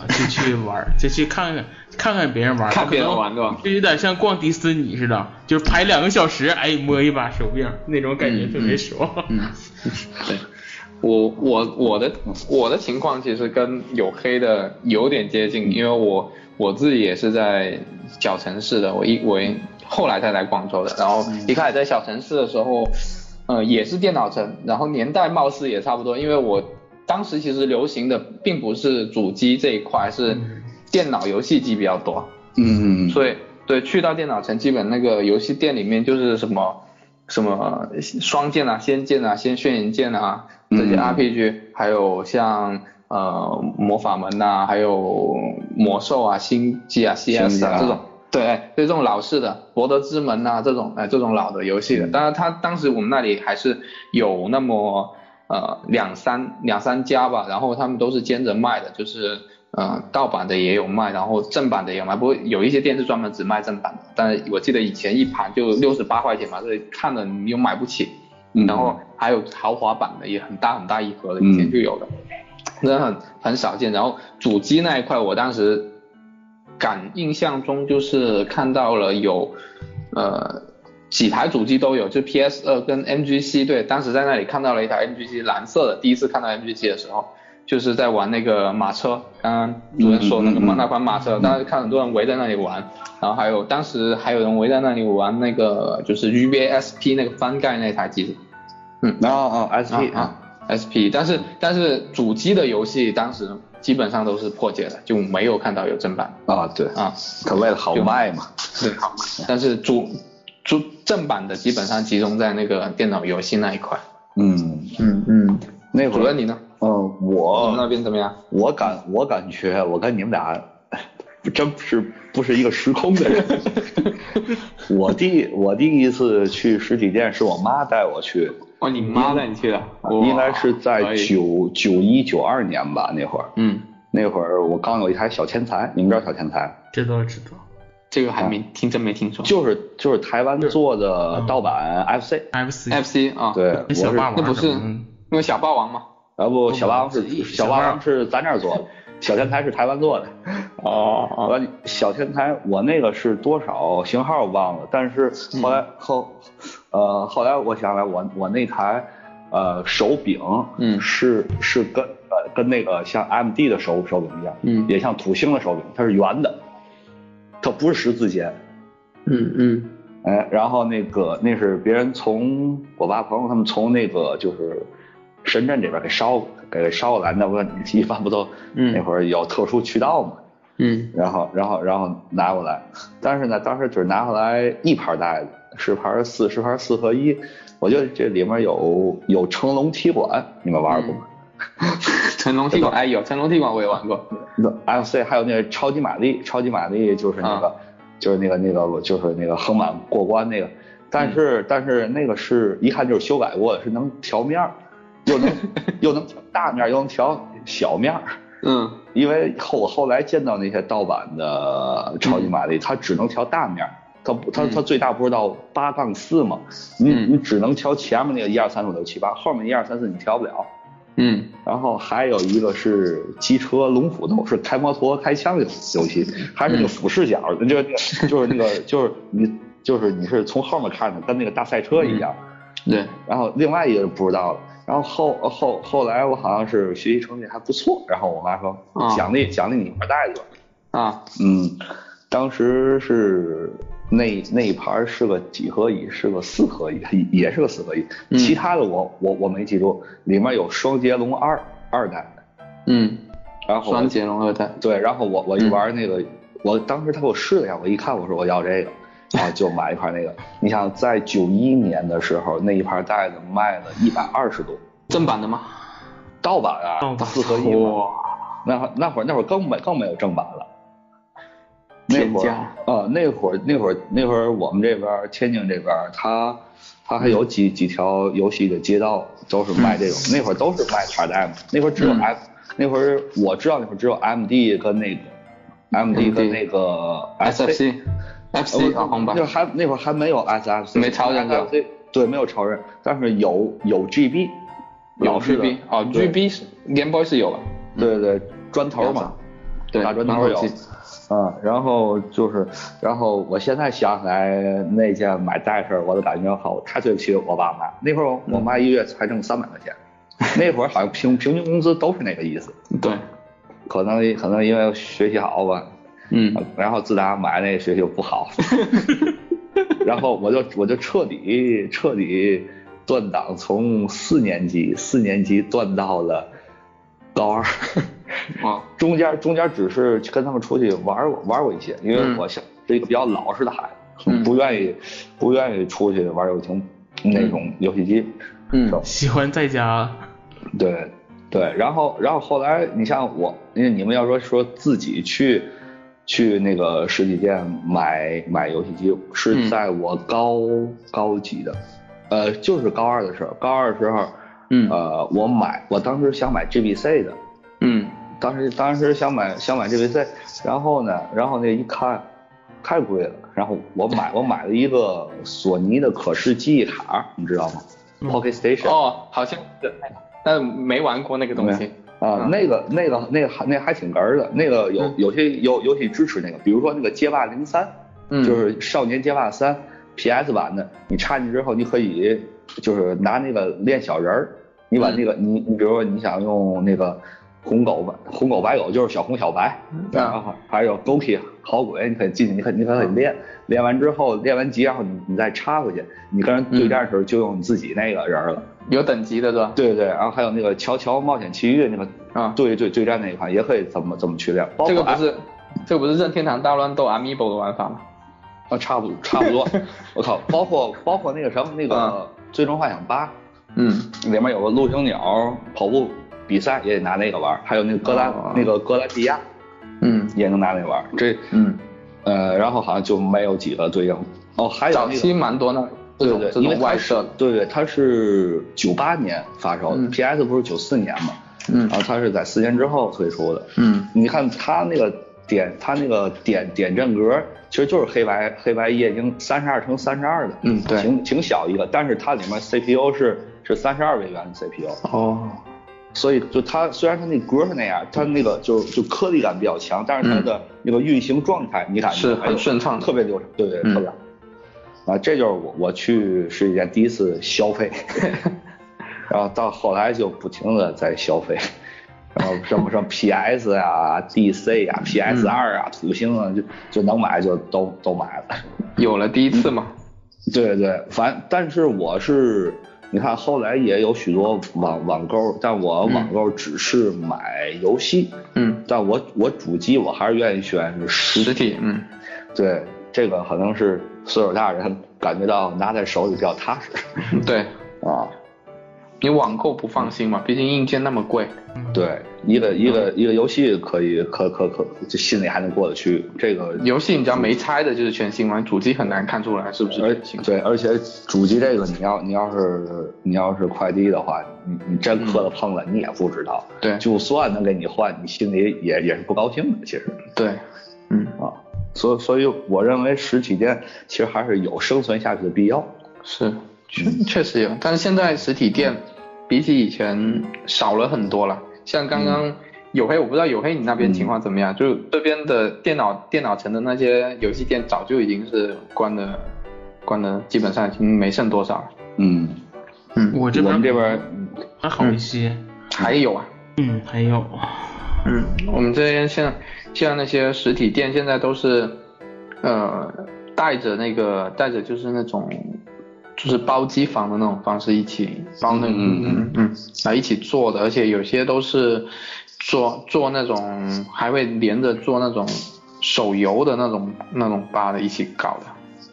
Speaker 2: 啊就去玩儿，就去看看看看别人玩儿，
Speaker 3: 看别人
Speaker 2: 可能
Speaker 3: 玩对吧
Speaker 2: 就有点像逛迪士尼似的，就是排两个小时，哎，摸一把手柄那种感觉特别爽。
Speaker 3: 我我我的我的情况其实跟有黑的有点接近，因为我我自己也是在小城市的，我一我一后来才来广州的，然后一开始在小城市的时候，呃，也是电脑城，然后年代貌似也差不多，因为我当时其实流行的并不是主机这一块，是电脑游戏机比较多，
Speaker 1: 嗯，
Speaker 3: 所以对，去到电脑城，基本那个游戏店里面就是什么什么双剑啊、仙剑啊、仙轩辕剑啊这些
Speaker 1: 嗯
Speaker 3: RPG，、还有像呃魔法门呐、还有魔兽啊、星际啊、
Speaker 1: 星
Speaker 3: CS
Speaker 1: 际
Speaker 3: 啊
Speaker 1: 啊
Speaker 3: 这种。对，这种老式的《博德之门、呐，这种，哎，这种老的游戏
Speaker 1: 嗯
Speaker 3: 的。当然，它当时我们那里还是有那么呃两三两三家吧，然后他们都是兼着卖的，就是呃盗版的也有卖，然后正版的也有卖。不过有一些店是专门只卖正版的，但是我记得以前一盘就六十八块钱嘛，所以看了你又买不起。
Speaker 1: 嗯
Speaker 3: 然后还有豪华版的，也很大很大一盒的，以前就有的，真的很很少见。然后主机那一块，我当时感印象中就是看到了有，呃，几台主机都有，就 PS 二跟 MGC，对，当时在那里看到了一台 MGC 蓝色的，第一次看到 MGC 的时候。就是在玩那个马车，刚刚主任说那个马、
Speaker 1: 嗯嗯嗯
Speaker 3: 那款马车，当时看很多人围在那里玩，然后还有当时还有人围在那里玩那个就是 GBA SP 那个翻盖那台机子，嗯，
Speaker 5: 啊啊，SP
Speaker 3: 啊啊 SP，但是但是主机的游戏当时基本上都是破解的，就没有看到有正版
Speaker 5: 啊，对，
Speaker 3: 啊。
Speaker 5: 可为了好卖嘛，
Speaker 3: 对，但是主主正版的基本上集中在那个电脑游戏那一块。
Speaker 5: 嗯，
Speaker 3: 嗯嗯，哦
Speaker 5: 那会
Speaker 3: 主
Speaker 5: 儿
Speaker 3: 任你呢？
Speaker 1: 嗯，
Speaker 3: 我们那
Speaker 1: 我
Speaker 3: 边怎么样？
Speaker 1: 我感我感觉我跟你们俩真是不是一个时空
Speaker 3: <laughs>
Speaker 1: 的人。我第我第一次去实体店是我妈带我去，
Speaker 3: 哦，你妈带你去的？
Speaker 1: 应该是
Speaker 3: 可
Speaker 1: 在
Speaker 3: 以
Speaker 1: 九九一九二年吧，那会儿
Speaker 3: 嗯，
Speaker 1: 那会儿我刚有一台小天才，你们知道小天才吗？
Speaker 2: <laughs> 知道知道。
Speaker 3: 这个还没听，真没听说。
Speaker 1: 就是就是台湾做的盗版 FC，
Speaker 2: FC
Speaker 3: FC 啊，，
Speaker 1: 对，我
Speaker 2: 跟小
Speaker 1: 是
Speaker 2: 霸王
Speaker 3: 那不
Speaker 2: 什
Speaker 3: 是
Speaker 2: 么
Speaker 3: 那个小霸王吗？
Speaker 1: 啊不，小霸王
Speaker 2: 自己
Speaker 1: 是
Speaker 2: 小
Speaker 1: 小
Speaker 2: 霸
Speaker 1: 霸
Speaker 2: 王
Speaker 1: 王是咱这儿做的，小天才是台湾做的。
Speaker 3: 哦哦，
Speaker 1: 我小天才，我那个是多少型号我忘了，但是后来、后，呃，后来我想来我，我那台，呃，手柄，
Speaker 3: 嗯
Speaker 1: 是是跟呃跟那个像 MD 的手手柄一样，
Speaker 3: 嗯
Speaker 1: 也像土星的手柄，它是圆的，它不是十字节，
Speaker 3: 嗯嗯
Speaker 1: 哎，然后那个那是别人从我爸朋友他们从那个就是深圳这边给捎给捎来，那不一般不都、
Speaker 3: 嗯
Speaker 1: 那会儿有特殊渠道嘛，
Speaker 3: 嗯
Speaker 1: 然后然后然后拿过来，但是呢，当时只拿回来一盘袋子，十盘四，十盘四合一，我觉得这里面有有成龙踢馆，你们玩过吗？
Speaker 3: <laughs> 成龙踢馆，哎有成龙踢馆我也玩过，
Speaker 1: 那 FC 还有那个超级玛丽，超级玛丽就是那
Speaker 3: 啊
Speaker 1: 个，就是那个那个就是那个横版过关那个，但是、
Speaker 3: 嗯
Speaker 1: 但是那个是一看就是修改过的，是能调面儿，又
Speaker 3: <laughs>
Speaker 1: 能又能调大面儿，又能调小面儿。
Speaker 3: 嗯
Speaker 1: 因为后我后来见到那些盗版的超级玛丽，它只能调大面儿，它不它
Speaker 3: 嗯
Speaker 1: 它最大不是到八杠四嘛，你
Speaker 3: 嗯
Speaker 1: 你只能调前面那个一二三四五六七八，后面一二三四你调不了。
Speaker 3: 嗯
Speaker 1: 然后还有一个是机车龙虎斗，是开摩托开枪游游戏，还是那个俯视角，就就就是那个就是你就是你是从后面看的，跟那个大赛车一样。
Speaker 3: 对，
Speaker 1: 然后另外一个就不知道了。然后后后后来我好像是学习成绩还不错，然后我妈说、
Speaker 3: 啊
Speaker 1: 奖励奖励你一块袋子吧。
Speaker 3: 啊
Speaker 1: 嗯，当时是那那一盘儿是个几合一，是个四合一，也也是个四合一。
Speaker 3: 嗯
Speaker 1: 其他的我我我没记住，里面有双截龙二二代，
Speaker 3: 嗯，
Speaker 1: 然后我
Speaker 3: 双截龙二代，
Speaker 1: 对，然后我我一玩那个，我当时他给我试了一下，我一看我说我要这个，然后就买一盘那个。你想在九一年的时候，那一盘袋子卖了一百二十多，
Speaker 3: 正版的吗？
Speaker 1: 盗版啊，
Speaker 2: 盗版
Speaker 1: 四合一嘛。
Speaker 3: 哇，
Speaker 1: 那那会儿那会儿更没更没有正版了。那
Speaker 3: 天
Speaker 1: 会儿
Speaker 3: 价
Speaker 1: 啊、那会儿那会儿那会儿我们这边儿天津这边儿，它它还有几几条游戏的街道都是卖这种，那会儿都是卖卡带嘛。那会儿只有
Speaker 3: 嗯
Speaker 1: M，、那会儿我知道那会儿只有 MD 跟那个 MD 跟那个 SFC
Speaker 3: SFC FC 啊红
Speaker 1: 那
Speaker 3: 版
Speaker 1: 会儿，还那会儿还没有 SFC，
Speaker 3: 没超人的
Speaker 1: SFC 对，没有超人，但是有有 GB，
Speaker 3: 有
Speaker 1: 老式的
Speaker 3: GB 哦
Speaker 1: 对
Speaker 3: ，GB 是 Game Boy 是有了，
Speaker 1: 对对砖头嘛。
Speaker 3: 对，
Speaker 1: 打砖头
Speaker 3: 然后
Speaker 1: 有
Speaker 3: 是
Speaker 1: 啊，然后就是，然后我现在想起来那件买袋事儿，我都感觉好，太对不起我爸妈。那会儿我我妈一月才挣三百块钱，那会儿好像平平均工资都是那个意思，
Speaker 3: 对，
Speaker 1: 可能可能因为学习好吧，
Speaker 3: 嗯
Speaker 1: 然后自打买那个学习不好，然后我就我就彻底彻底断档，从四年级四年级断到了高二。
Speaker 3: 哦
Speaker 1: 中间中间只是跟他们出去玩过玩过一些，因为
Speaker 3: 嗯
Speaker 1: 我想是一个比较老实的孩子，
Speaker 3: 嗯
Speaker 1: 不愿意不愿意出去玩游艇那种游戏机。
Speaker 3: 嗯
Speaker 1: 是吧
Speaker 2: 喜欢在家
Speaker 1: 对对，然后然后后来你像我，因为你们要说说自己去去那个实体店买买游戏机，
Speaker 3: 嗯
Speaker 1: 是在我高、高几的，呃，就是高二的时候，高二的时候，
Speaker 3: 嗯
Speaker 1: 呃，我买我当时想买 GBC 的。
Speaker 3: 嗯
Speaker 1: 当时当时想买想买这杯赛，然后呢，然后那一看太贵了，然后我买我买了一个索尼的可视记忆卡，你知道吗？Pocket Station
Speaker 3: 嗯
Speaker 1: 啊
Speaker 3: 哦，好像是，但没玩过那个东西，
Speaker 1: 啊，那个那个那个还那还挺哏儿的，那个有
Speaker 3: 嗯
Speaker 1: 有些有游戏支持那个，比如说那个街霸零三，
Speaker 3: 嗯
Speaker 1: 就是少年街霸三 PS 版的，你插进去之后，你可以
Speaker 3: 嗯
Speaker 1: 就是拿那个练小人儿，你把那个你你比如说你想用那个红狗白红狗白狗就是小红小白，
Speaker 3: 嗯
Speaker 1: 然后还有 Goki 好鬼，你可以进，你可以你可以
Speaker 3: 嗯
Speaker 1: 练，练完之后练完级，然后你你再插回去，你跟人
Speaker 3: 嗯
Speaker 1: 对战的时候就用你自己那个人了。
Speaker 3: 有等级的是吧？
Speaker 1: 对对，然后还有那个《乔乔冒险奇遇》那个
Speaker 3: 啊
Speaker 1: 对对对战那一款也可以怎么怎么去练，包括
Speaker 3: 这个不
Speaker 1: 哎
Speaker 3: 是这个不是任天堂大乱斗 Amiibo 的玩法吗？
Speaker 1: 啊差不多差不
Speaker 3: <laughs>
Speaker 1: 多，我靠，包括包括那个什么那个《
Speaker 3: 啊
Speaker 1: 最终幻想八》，
Speaker 3: 嗯，
Speaker 1: 里面有个陆行鸟跑步比赛也得拿那个玩儿，还有那个哥兰、
Speaker 3: 哦
Speaker 1: 那个哥兰比亚
Speaker 3: 嗯
Speaker 1: 也能拿那玩儿。这
Speaker 3: 嗯，
Speaker 1: 呃，然后好像就没有几个对应。哦，还有
Speaker 3: 早
Speaker 1: 那
Speaker 3: 期
Speaker 1: 个。
Speaker 3: 蛮多那这
Speaker 1: 对
Speaker 3: 种
Speaker 1: 对，
Speaker 3: 这
Speaker 1: 因为
Speaker 3: 种
Speaker 1: 它
Speaker 3: 外
Speaker 1: 是
Speaker 3: 设的，
Speaker 1: 对对，它是九八年发售的、
Speaker 3: 嗯
Speaker 1: p s 不是九四年嘛，
Speaker 3: 嗯
Speaker 1: 然后它是在四年之后推出的。
Speaker 3: 嗯
Speaker 1: 你看它那个点，它那个点点阵格其实就是黑白黑白液晶三十二乘三十二的，
Speaker 3: 嗯对
Speaker 1: 挺挺小一个，但是它里面 CPU 是是三十二位元的 CPU，
Speaker 3: 哦，
Speaker 1: 所以就它虽然它那格是那样，它那个就就颗粒感比较强，但是它的那个运行状态你感觉
Speaker 3: 嗯是
Speaker 1: 哎呦
Speaker 3: 很顺畅的
Speaker 1: 特别流畅，对对，
Speaker 3: 嗯
Speaker 1: 特别好。啊，这就是我我去实体店第一次消
Speaker 3: <laughs>
Speaker 1: 费，然后到后来就不停的在消费，然后什么什么 PS 啊、DC 啊、PS
Speaker 3: 嗯
Speaker 1: 二啊、土星啊，就就能买就都都买了。
Speaker 3: 有了第一次嘛，
Speaker 1: 对对，反但是我是，你看后来也有许多网网购，但我网购只是买游戏，
Speaker 3: 嗯，
Speaker 1: 但我我主机我还是愿意选实
Speaker 3: 实体，嗯，
Speaker 1: 对，这个可能是岁数大人感觉到拿在手里比较踏实
Speaker 3: 对
Speaker 1: 啊。
Speaker 3: 你网购不放心嘛，毕竟硬件那么贵，
Speaker 1: 对，一个一个一个游戏可以可可可，就心里还能过得去。这个
Speaker 3: 游戏你只要没拆的就是全新玩，主机很难看出来是不是
Speaker 1: 而
Speaker 3: 全新。
Speaker 1: 对，而且主机这个你要你要是你要是快递的话，你你真磕了碰了、你也不知道。
Speaker 3: 对
Speaker 1: 就算能给你换，你心里也也是不高兴的，其实
Speaker 3: 对，嗯，
Speaker 1: 啊，所以所以我认为实体店其实还是有生存下去的必要。
Speaker 3: 是，确确实有，但是现在实体店比起以前少了很多了。像刚刚有黑，我不知道有黑你那边情况怎么样，就这边的电脑电脑城的那些游戏店早就已经是关了，关了，基本上已经没剩多少了。
Speaker 1: 嗯，
Speaker 3: 嗯，
Speaker 2: 我这
Speaker 1: 我
Speaker 2: 边
Speaker 1: 们这边
Speaker 2: 还好一些，
Speaker 3: 还有啊，
Speaker 2: 嗯，还有，
Speaker 3: 嗯，我们这边像像那些实体店现在都是，呃，带着那个带着就是那种，就是包机房的那种方式一起包那
Speaker 1: 嗯
Speaker 3: 嗯嗯来一起做的，而且有些都是做做那种还会连着做那种手游的那种那种吧的一起搞的，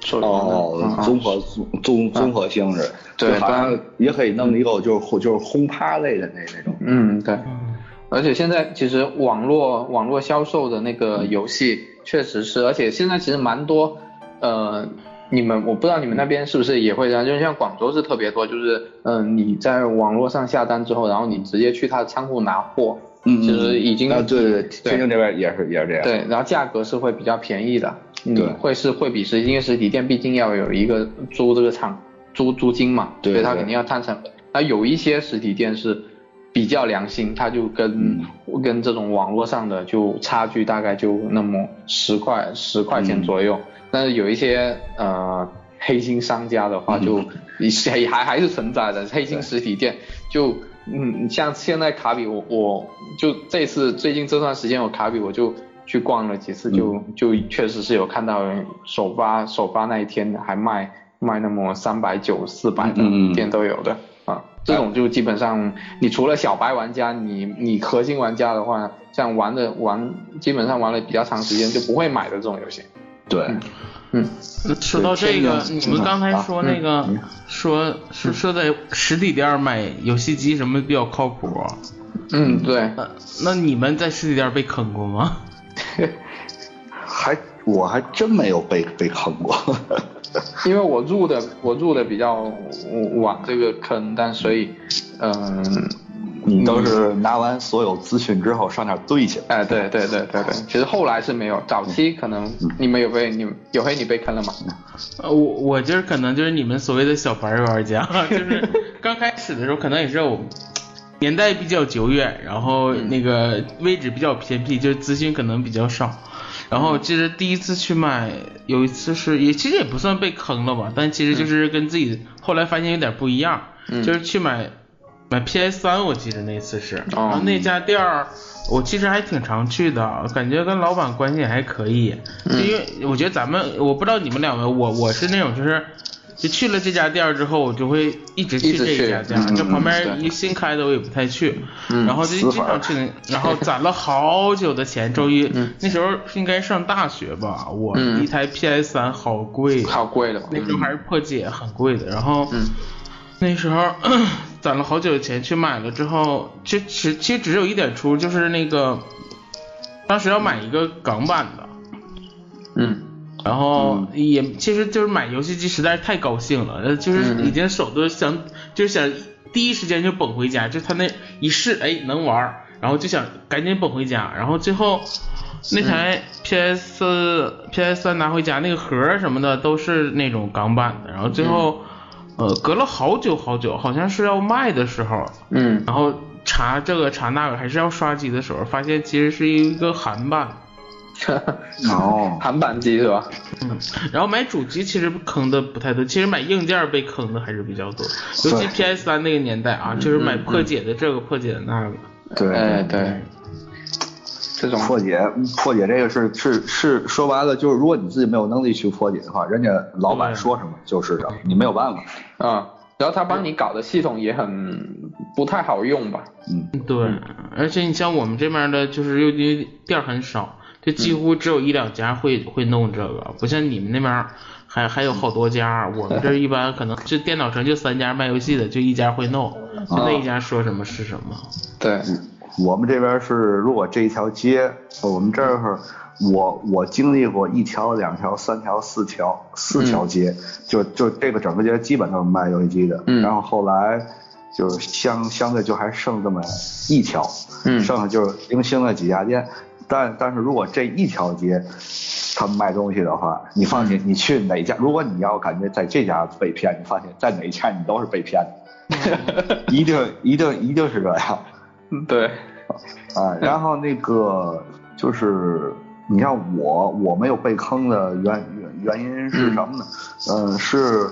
Speaker 3: 手游的嗯
Speaker 1: 哦，
Speaker 3: 嗯
Speaker 1: 综合综综合性质，
Speaker 3: 啊对
Speaker 1: 就好
Speaker 3: 不
Speaker 1: 像
Speaker 3: 然
Speaker 1: 也可以弄一个就是轰就是轰趴类的那那种。
Speaker 3: 嗯对，
Speaker 2: 嗯，
Speaker 3: 而且现在其实网络网络销售的那个游戏确实是，而且现在其实蛮多，呃，你们我不知道你们那边是不是也会这样，就是像广州是特别多，就是嗯、呃你在网络上下单之后，然后你直接去他的仓库拿货，
Speaker 1: 嗯，
Speaker 3: 其实已经
Speaker 1: 啊，对对对，天津这边也是也是这样。
Speaker 3: 对，然后价格是会比较便宜的，嗯
Speaker 1: 对
Speaker 3: 会是会比实体店，实体店毕竟要有一个租这个厂租租金嘛，
Speaker 1: 对
Speaker 3: 所以它
Speaker 1: 对
Speaker 3: 肯定要摊成本。那有一些实体店是比较良心，它就跟、
Speaker 1: 嗯
Speaker 3: 跟这种网络上的就差距大概就那么十块十块钱
Speaker 1: 嗯
Speaker 3: 左右，但是有一些呃黑心商家的
Speaker 1: 嗯
Speaker 3: 话就也还还是 <laughs> 存在的，黑心实体店就嗯，像现在卡比我我就这次最近这段时间我卡比我就去逛了几次，就、
Speaker 1: 嗯
Speaker 3: 就确实是有看到人首发首发那一天还卖卖那么三百九四百的
Speaker 1: 嗯嗯嗯
Speaker 3: 店都有的、啊，这种就基本上你除了小白玩家，你你核心玩家的话，像玩的玩基本上玩了比较长时间就不会买的这种游戏，
Speaker 1: 对，
Speaker 3: 嗯，
Speaker 1: 呃
Speaker 2: 说到这个，
Speaker 1: 天津
Speaker 2: 你们刚才说那个
Speaker 1: 嗯嗯
Speaker 2: 说说说在实体店买游戏机什么比较靠谱，
Speaker 3: 嗯，对，
Speaker 2: 那那你们在实体店被坑过吗？ <laughs>
Speaker 1: 还我还真没有被被坑过。 <laughs>
Speaker 3: 因为我入的我入的比较晚这个坑，但所以，嗯、
Speaker 1: 你都是拿完所有资讯之后上那儿堆去。
Speaker 3: 哎，对对对对对，其实后来是没有，早期可能你们有被你有黑你被坑了吗？
Speaker 2: 呃，我我就是可能就是你们所谓的小白玩家， <laughs> 就是刚开始的时候可能也是我年代比较久远，然后
Speaker 1: 嗯
Speaker 2: 那个位置比较偏僻，就是资讯可能比较少。然
Speaker 3: 嗯
Speaker 2: 后其实第一次去买，有一次是也其实也不算
Speaker 3: 嗯
Speaker 2: 被坑了吧，但其实就是跟自己后来发现有点不一样，就是去买买 PS 三，我记得那次
Speaker 3: 哦
Speaker 2: 是，然后那家店儿我其实还挺常去的，感觉跟老板关系也还可以，
Speaker 3: 嗯
Speaker 2: 就因为我觉得咱们，我不知道你们两位，我我是那种就是。就去了这家店儿之后，我就会一直去
Speaker 3: 一直去
Speaker 2: 这家店儿。
Speaker 3: 嗯
Speaker 2: 这旁边
Speaker 3: 嗯
Speaker 2: 一新开的我也不太去，
Speaker 3: 嗯
Speaker 2: 然后就经常去那，然后攒了好久的钱。周一、
Speaker 3: 嗯
Speaker 2: 那时候应该上大学吧，我
Speaker 3: 嗯
Speaker 2: 一台 PS 三好贵，
Speaker 3: 好贵的吧？
Speaker 2: 那时候还是破解，很贵的。然后，
Speaker 3: 嗯
Speaker 2: 那时候 <clears throat> 攒了好久的钱去买了之后，其实其实其实只有一点出，就是那个当时要买一个港版的，
Speaker 3: 嗯
Speaker 2: 然后也、其实就是买游戏机实在是太高兴了，呃就是已经手都想、就是想第一时间就蹦回家，就他那一试哎能玩儿，然后就想赶紧蹦回家，然后最后那台 PS、PS 三拿回家那个盒儿什么的都是那种港版的，然后最后、呃隔了好久好久，好像是要卖的时候，
Speaker 3: 嗯
Speaker 2: 然后查这个查那个还是要刷机的时候，发现其实是一个韩版。
Speaker 1: 哦，
Speaker 3: 嗯 <laughs> 韩版机是吧？
Speaker 2: 然后买主机其实坑的不太多，其实买硬件被坑的还是比较多，尤其 PS 3那个年代啊，就是买破解的这个破解的那个，
Speaker 1: <laughs> 对，
Speaker 3: 哎对，这种
Speaker 1: 破解破解这个是是是说白了就是，如果你自己没有能力去破解的话，人家老板
Speaker 2: 对
Speaker 1: 说什么就是什么，你没有办法。
Speaker 3: 啊，然后他帮你搞的系统也很不太好用吧？
Speaker 1: 嗯，
Speaker 2: 对，而且你像我们这边的，就是又因为店儿很少，就几乎只有一两家会会弄这个，不像你们那边儿还还有好多家，我们这儿一般可能就电脑城就三家卖游戏的，就一家会弄，就那一家说什么是什么，
Speaker 3: 对，
Speaker 1: 我们这边是，如果这一条街，我们这儿我我经历过一条、两条、三条、四条，四条街，就就这个整个街基本都是卖游戏机的。
Speaker 3: 嗯
Speaker 1: 然后后来就是相相对就还剩这么一条，
Speaker 3: 嗯
Speaker 1: 剩下就是零星的几家店。但但是如果这一条街，他们卖东西的话，你放心，你去哪家，如果你要感觉在这家被骗，你放心，在哪一家你都是被骗的，一定一定一定是这样。
Speaker 3: 对，
Speaker 1: 啊，然后那个就是，你像我，我没有被坑的原原原因是什么呢？嗯、是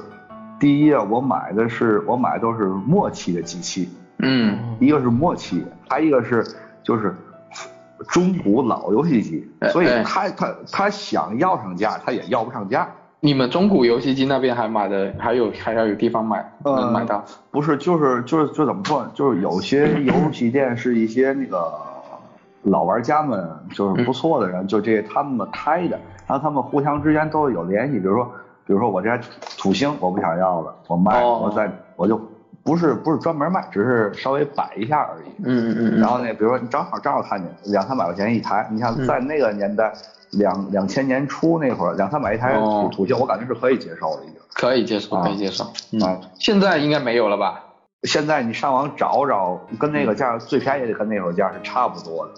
Speaker 1: 第一啊，我买的是我买的都是末期的机器，
Speaker 3: 嗯，
Speaker 1: 一个是末期，还一个是就是中古老游戏机
Speaker 3: 哎，
Speaker 1: 所以
Speaker 3: 哎
Speaker 1: 他他他想要上价，他也要不上价。
Speaker 3: 你们中古游戏机那边还买的，还有还要有地方买，
Speaker 2: 呃
Speaker 3: 能买到？
Speaker 1: 不是，就是就是就怎么说呢？就是有些游戏店是一些那个老玩家们，就是不错的人，就这他们开的，然后他们互相之间都有联系。比如说，比如说我这土星我不想要了，我卖，
Speaker 3: 哦
Speaker 1: 我再我就不是不是专门卖，只是稍微摆一下而已。
Speaker 3: 嗯嗯嗯，
Speaker 1: 然后呢，比如说你正好正好看见两三百块钱一台，你像在那个年代，两两千年初那会儿，两三百一台
Speaker 3: 哦
Speaker 1: 土土星，我感觉是可以接受的已经。
Speaker 3: 可以接受，
Speaker 1: 啊
Speaker 3: 可以接受。嗯
Speaker 1: 啊，
Speaker 3: 现在应该没有了吧？
Speaker 1: 现在你上网找找，跟
Speaker 3: 嗯
Speaker 1: 那个价最便宜的跟那会儿价是差不多的。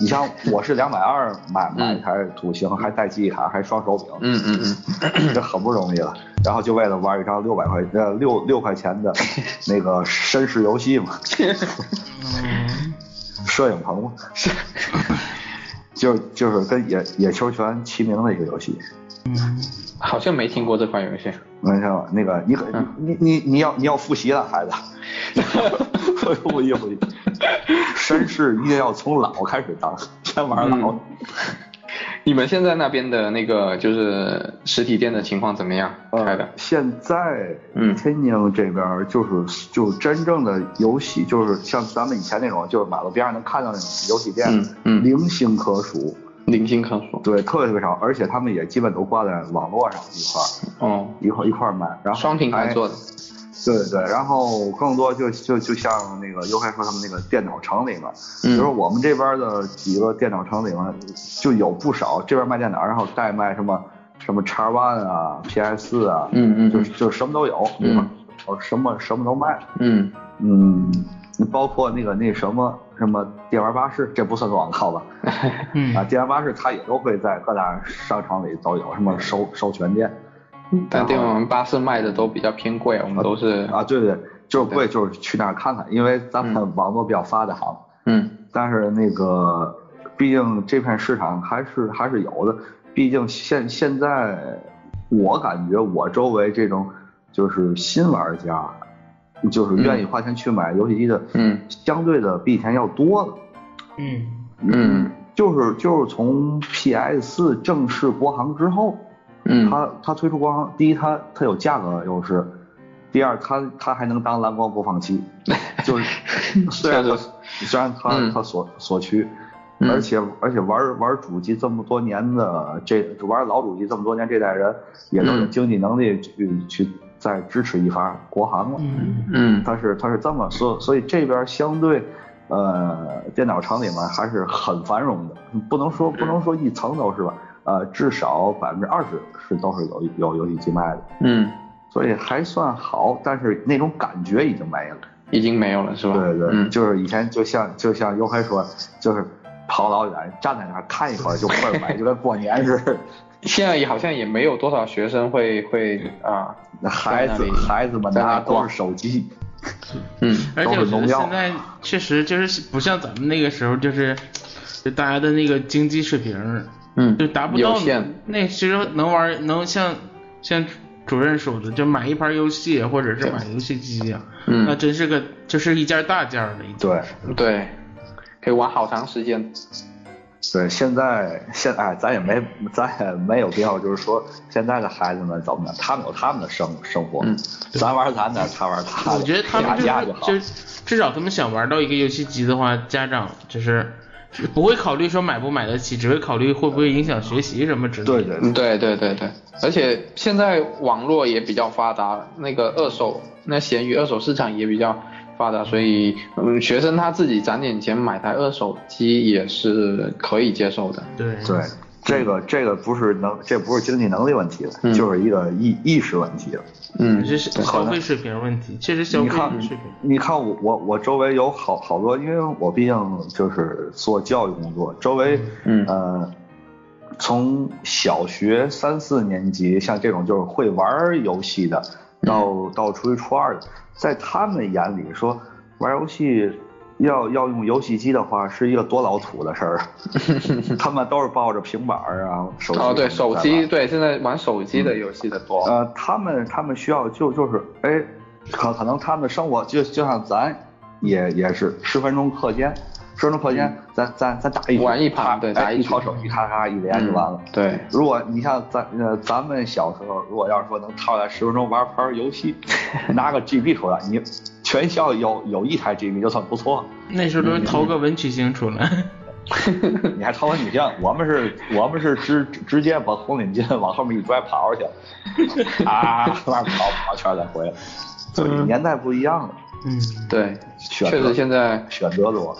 Speaker 1: 你像我是两百二买买一台土星，还带记忆卡，还双手柄，
Speaker 3: 嗯嗯嗯，
Speaker 1: 这很不容易了。然后就为了玩一张六百块呃六六块钱
Speaker 3: <laughs>
Speaker 1: 的那个绅士游戏嘛，
Speaker 2: 嗯，
Speaker 1: 摄影
Speaker 3: <laughs>
Speaker 1: 棚嘛，就就是跟野野球拳齐名的一个游戏。
Speaker 2: 嗯
Speaker 3: 好像没听过这款游戏。
Speaker 1: 我跟你说，那个你可
Speaker 3: 嗯
Speaker 1: 你你你要你要复习了，孩
Speaker 3: <laughs>
Speaker 1: 子，复习复习，绅士一定要从老开始当，先玩老。
Speaker 3: 嗯你们现在那边的那个就是实体店的情况怎么样？开
Speaker 1: 呃
Speaker 3: 的，？
Speaker 1: 现在
Speaker 3: 嗯
Speaker 1: 天津这边儿就是就真正的游戏，就是像咱们以前那种，就是马路边上能看到那种游戏店，
Speaker 3: 嗯嗯
Speaker 1: 零星可数，
Speaker 3: 零星可数。
Speaker 1: 对，特别特别少，而且他们也基本都挂在网络上一块儿
Speaker 3: 哦，
Speaker 1: 一块一块儿卖，然后哎
Speaker 3: 双平台
Speaker 1: 还
Speaker 3: 做的。
Speaker 1: 对对，然后更多就就就像那个优开说他们那个电脑城里面，比
Speaker 3: 嗯
Speaker 1: 如说我们这边的几个电脑城里面就有不少这边卖电脑，然后再卖什么什么叉 One 啊、PS 4啊，
Speaker 3: 嗯嗯
Speaker 1: 就就什么都有，对吧？哦，什么什么都卖，
Speaker 3: 嗯，
Speaker 1: 嗯，包括那个那什么什么电玩巴士，这不算广告吧？啊，
Speaker 2: 嗯，
Speaker 1: 电玩巴士它也都会在各大商场里都有，什
Speaker 3: 嗯
Speaker 1: 么授授权店，嗯
Speaker 3: 但对我们巴士卖的都比较偏贵，我们都是
Speaker 1: 啊，对对，就是贵，就是去那儿看看，因为咱们网络比较发达嘛。
Speaker 3: 嗯
Speaker 1: 但是那个，毕竟这片市场还是还是有的，毕竟现现在我感觉我周围这种就是新玩家，就是愿意花钱去买游戏机的，
Speaker 3: 嗯
Speaker 1: 相对的比以前要多了。
Speaker 2: 嗯
Speaker 3: 嗯
Speaker 1: 就是就是从 PS 四正式国行之后，
Speaker 3: 嗯，
Speaker 1: 它它推出国行，第一它它有价格优势，第二它它还能当蓝光播放
Speaker 3: <laughs>
Speaker 1: 器，就是虽然它虽然它、
Speaker 3: 嗯
Speaker 1: 它所所趋，
Speaker 3: 嗯
Speaker 1: 而且而且玩玩主机这么多年的这玩老主机这么多年这代人也都有
Speaker 3: 嗯
Speaker 1: 经济能力去、去再支持一发国行了，
Speaker 2: 嗯
Speaker 3: 嗯
Speaker 1: 它是它是这么所所以这边相对。呃，电脑厂里面还是很繁荣的，不能说不能说一层都是吧，呃，至少百分之二十是都是有有游戏机卖的，
Speaker 3: 嗯，
Speaker 1: 所以还算好，但是那种感觉已经没了。
Speaker 3: 已经没有了是吧？
Speaker 1: 对对，
Speaker 3: 嗯
Speaker 1: 就是以前就像就像尤开说，就是跑老远站在那儿看一会儿就奔儿买，就跟过年似的。 <laughs>
Speaker 3: 现在也好像也没有多少学生会会啊，
Speaker 1: 那孩
Speaker 3: 在
Speaker 1: 子
Speaker 3: 那里
Speaker 1: 孩子们
Speaker 3: 在那
Speaker 1: 拿
Speaker 3: 里
Speaker 1: 都
Speaker 3: 逛
Speaker 1: 是手机，
Speaker 3: 嗯
Speaker 2: 而且
Speaker 1: 都
Speaker 2: 我
Speaker 1: 是
Speaker 2: 觉得
Speaker 1: 农药
Speaker 2: 现在确实就是不像咱们那个时候，就是就大家的那个经济水平
Speaker 3: 嗯，
Speaker 2: 就达不
Speaker 3: 有
Speaker 2: 到
Speaker 3: 限，
Speaker 2: 那时候能玩能像像主任说的，就买一盘游戏或者是买游戏机啊，
Speaker 3: 嗯
Speaker 2: 那真是个就是一件大件儿了已经。
Speaker 1: 对
Speaker 3: 对，可以玩好长时间，
Speaker 1: 对，现在现哎，咱也没咱也没有必要，就是说现在的孩子们怎么样，他们有他们的生生活，
Speaker 3: 嗯
Speaker 1: 咱玩咱的，他玩他的，
Speaker 2: 我觉得他们
Speaker 1: 打架就好
Speaker 2: 就。是就至少他们想玩到一个游戏机的话，家长就是不会考虑说买不买得起，只会考虑会不会影响学习什么之类的。
Speaker 1: 对对对
Speaker 3: 嗯，对对对对，而且现在网络也比较发达，那个二手那闲鱼二手市场也比较发达，所以嗯，学生他自己攒点钱买台二手机也是可以接受的。
Speaker 2: 对
Speaker 1: 对，这个这个不是能，这不是经济能力问题了，
Speaker 3: 嗯
Speaker 1: 就是一个意意识问题了。
Speaker 3: 嗯，
Speaker 2: 这是消费水平问题，确实消
Speaker 1: 你
Speaker 2: 费
Speaker 1: 看
Speaker 2: 水平。，
Speaker 1: 你看我我我周围有好好多，因为我毕竟就是做教育工作，周围
Speaker 3: 嗯
Speaker 1: 呃，从小学三四年级，像这种就是会玩游戏的，
Speaker 3: 嗯
Speaker 1: 到到初一初二的，在他们眼里说玩游戏。要要用游戏机的话，是一个多老土的事
Speaker 3: <laughs>
Speaker 1: 儿，啊他们都是抱着平板儿啊、手机
Speaker 3: 哦，对
Speaker 1: 什么
Speaker 3: 手
Speaker 1: 在玩
Speaker 3: 机，对现在玩手机
Speaker 2: 嗯
Speaker 3: 的游戏的多。
Speaker 1: 呃，他们他们需要就就是哎，可可能他们的生活就就像咱也也是十分钟课间，十分钟课间，咱咱咱打一局
Speaker 3: 嗯玩一盘
Speaker 1: 啪
Speaker 3: 对
Speaker 1: 哎
Speaker 3: 打一
Speaker 1: 一
Speaker 3: 局嗯
Speaker 1: 掏手机，咔咔一连就完了。
Speaker 3: 对，
Speaker 1: 如果你像咱呃咱们小时候，如果要是说能掏出来十分钟玩盘游
Speaker 3: <laughs>
Speaker 1: 戏，拿个 GB 出来，你全校有有一台 GB 就算不错。
Speaker 2: 那时候都
Speaker 3: 嗯
Speaker 2: 是投个文曲星出来，
Speaker 1: 你还掏文女将，我们是，我们是直直接把红领巾往后面一拽跑出去，
Speaker 2: <laughs>
Speaker 1: 啊，往跑跑圈儿再回来，所以年代不一样了，
Speaker 2: 嗯，
Speaker 3: 对，
Speaker 1: 选
Speaker 3: 确
Speaker 1: 择
Speaker 3: 实现在，
Speaker 1: 选择多，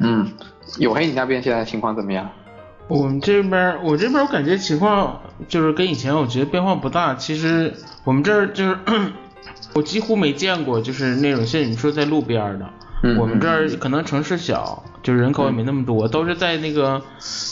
Speaker 3: 嗯，有黑你那边现在情况怎么样？
Speaker 2: <laughs> 我们这边儿我这边儿我感觉情况就是跟以前我觉得变化不大，其实我们这儿就是 <coughs> 我几乎没见过就是那种像你说在路边儿的，
Speaker 3: 嗯
Speaker 2: 我们这儿可能城市小，就人口也没那么多，都是在那个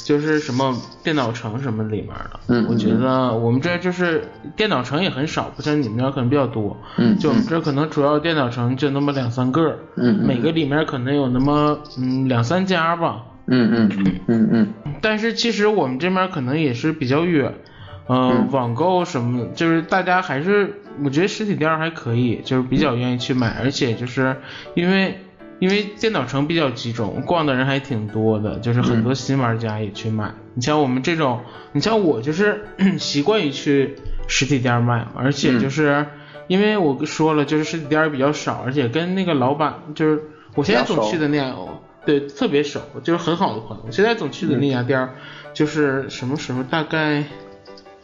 Speaker 2: 就是什么电脑城什么里面的。
Speaker 3: 嗯
Speaker 2: 我觉得我们这儿就是电脑城也很少，不像你们那儿可能比较多。
Speaker 3: 嗯
Speaker 2: 就我们这儿可能主要电脑城就那么两三个儿，
Speaker 3: 嗯嗯
Speaker 2: 每个里面可能有那么嗯两三家吧。
Speaker 3: 嗯嗯嗯嗯
Speaker 2: 但是其实我们这边可能也是比较远，嗯，网购什么的，就是大家还是我觉得实体店儿还可以，就是比较愿意去买，而且就是因为因为电脑城比较集中，逛的人还挺多的，就是很多新玩家也去买。你像我们这种，你像我就是 <clears throat> 习惯于去实体店儿买，而且就是。因为我说了，就是实体店儿比较少，而且跟那个老板，就是我现在总去的那家，对，特别熟，就是很好的朋友。我现在总去的那家店儿，就是什么时候？大概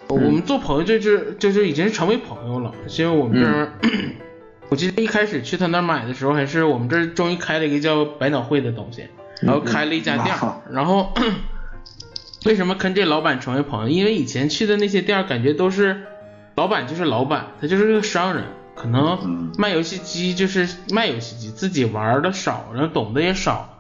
Speaker 2: 我我们做朋友就是就是已经成为朋友了，因为我们这儿。 <clears throat> 我记得一开始去他那儿买的时候，还是我们这儿终于开了一个叫百脑汇的东西，然后开了一家店儿，然后为什么跟这老板成为朋友？因为以前去的那些店儿，感觉都是老板就是老板，他就是个商人，可能
Speaker 1: 嗯
Speaker 2: 卖游戏机就是卖游戏机，自己玩的少，然后懂得也少。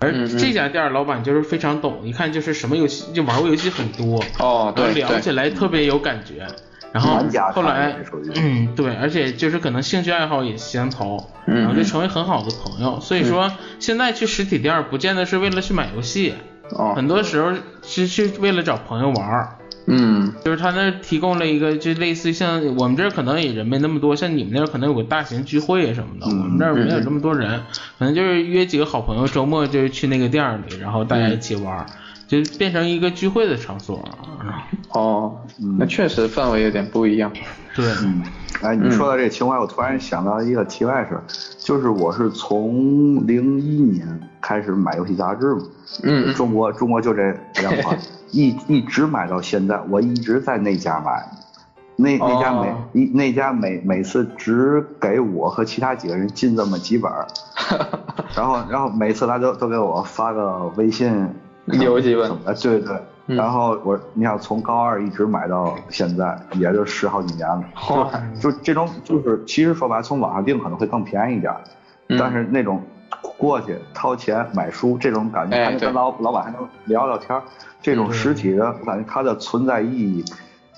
Speaker 2: 而
Speaker 3: 嗯嗯
Speaker 2: 这家店儿老板就是非常懂，一看就是什么游戏就玩过游戏很多，
Speaker 3: 哦
Speaker 2: 然后
Speaker 3: 对嗯
Speaker 2: 聊
Speaker 3: 对
Speaker 2: 起来特别有感觉。然后
Speaker 1: 玩家
Speaker 2: 后来
Speaker 1: 看也属于，
Speaker 2: 嗯， <clears throat> 对，而且就是可能兴趣爱好也相投，
Speaker 3: 嗯
Speaker 2: 然后就成为很好的朋友。所以说，现在去实体店儿不见得是为了去买游戏，
Speaker 3: 哦
Speaker 2: 很多时候是去为了找朋友玩儿。
Speaker 3: 嗯
Speaker 2: 就是他那儿提供了一个，就类似于像我们这儿可能也人没那么多，像你们那儿可能有个大型聚会什么的，我们那儿没有这么多人，可能就是约几个好朋友，周末就是去那个店儿里，然后大家一起玩儿，就变成一个聚会的场所。
Speaker 3: 哦，那确实氛围有点不一样。
Speaker 2: 对，，
Speaker 1: 哎，你说到这情怀，我突然想到一个题外事儿，就是我是从零一年开始买游戏杂志嘛，
Speaker 3: 嗯嗯
Speaker 1: 中国中国就这两
Speaker 3: <laughs>
Speaker 1: 款，一一直买到现在，我一直在那家买，那那家每、
Speaker 3: 哦
Speaker 1: 一那家每每次只给我和其他几个人进这么几本
Speaker 3: <laughs>
Speaker 1: 儿，然后然后每次他都都给我发个微信
Speaker 3: 留几本
Speaker 1: 什么的，对对。
Speaker 3: 嗯
Speaker 1: 然后我，你想从高二一直买到现在，也就十 <laughs> 好啊几年了。
Speaker 3: 哇
Speaker 1: 就这种，就是其实说白了，从网上订可能会更便宜一点儿，
Speaker 3: 嗯
Speaker 1: 但是那种过去掏钱买书这种感觉，
Speaker 3: 哎
Speaker 1: 还能
Speaker 3: 对嗯
Speaker 1: 跟老老板还能聊聊天儿，这种实体的，我感觉它的存在意义，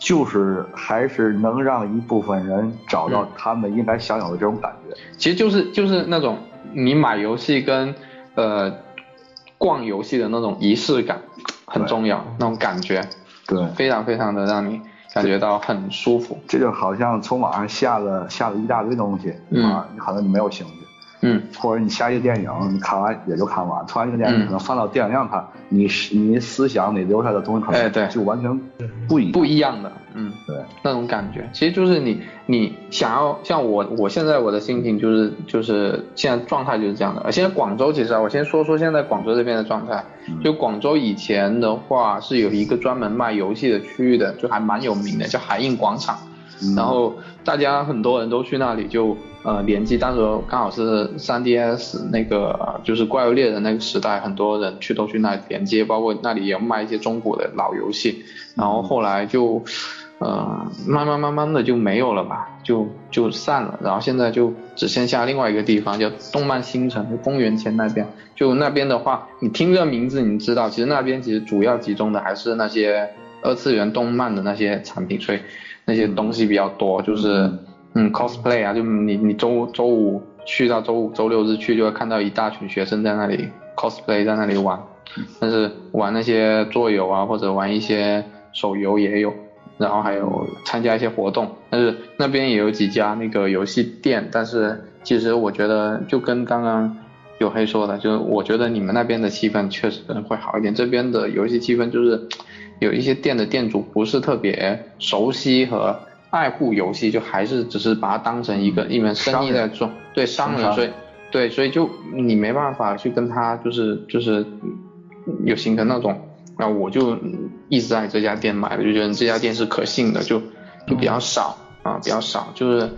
Speaker 1: 就是还是能让一部分人找
Speaker 3: 嗯
Speaker 1: 到他们应该享有的这种感觉。
Speaker 3: 其实就是就是那种你买游戏跟呃逛游戏的那种仪式感很
Speaker 1: 对
Speaker 3: 重要，那种感觉
Speaker 1: 对，
Speaker 3: 非常非常的让你感觉到很舒服。
Speaker 1: 这就好像从网上下了下了一大堆东西，
Speaker 3: 嗯
Speaker 1: 啊，你可能你没有兴趣。
Speaker 3: 嗯
Speaker 1: 或者你下一个电影，你看完也就看完，突然一个电影
Speaker 3: 嗯
Speaker 1: 可能翻到电影院看，你是你思想里留下的东西可
Speaker 3: 哎对
Speaker 1: 能就完全不一样。
Speaker 3: 不一样的，嗯，
Speaker 1: 对，
Speaker 3: 那种感觉，其实就是你你想要像我，我现在我的心情就是就是现在状态就是这样的。而现在广州其实啊，我先说说现在广州这边的状态。
Speaker 1: 嗯
Speaker 3: 就广州以前的话是有一个专门卖游戏的区域的，就还蛮有名的，叫海印广场。
Speaker 1: 嗯
Speaker 3: 然后大家很多人都去那里就呃联机，当时刚好是 3DS 那个呃就是怪物猎人那个时代，很多人去都去那里联机，包括那里也卖一些中国的老游戏，然后后来就呃慢慢慢慢的就没有了吧，就就散了，然后现在就只剩下另外一个地方叫动漫新城，就公园前那边，就那边的话，你听这个名字你知道，其实那边其实主要集中的还是那些二次元动漫的那些产品，所以。那些东西比较多，就是嗯 cosplay 啊，就你你周周五去到周五周六日去就会看到一大群学生在那里 cosplay 在那里玩，但是玩那些桌游啊或者玩一些手游也有，然后还有参加一些活动，但是那边也有几家那个游戏店，但是其实我觉得就跟刚刚。有黑说的，就是我觉得你们那边的气氛确实会好一点，这边的游戏气氛就是有一些店的店主不是特别熟悉和爱护游戏，就还是只是把它当成一个、一门生意在做，对商人，所以对，所以就你没办法去跟他就是就是有形成那种，那我就一直在这家店买的，就觉得这家店是可信的，就就比较少啊、比较少，就是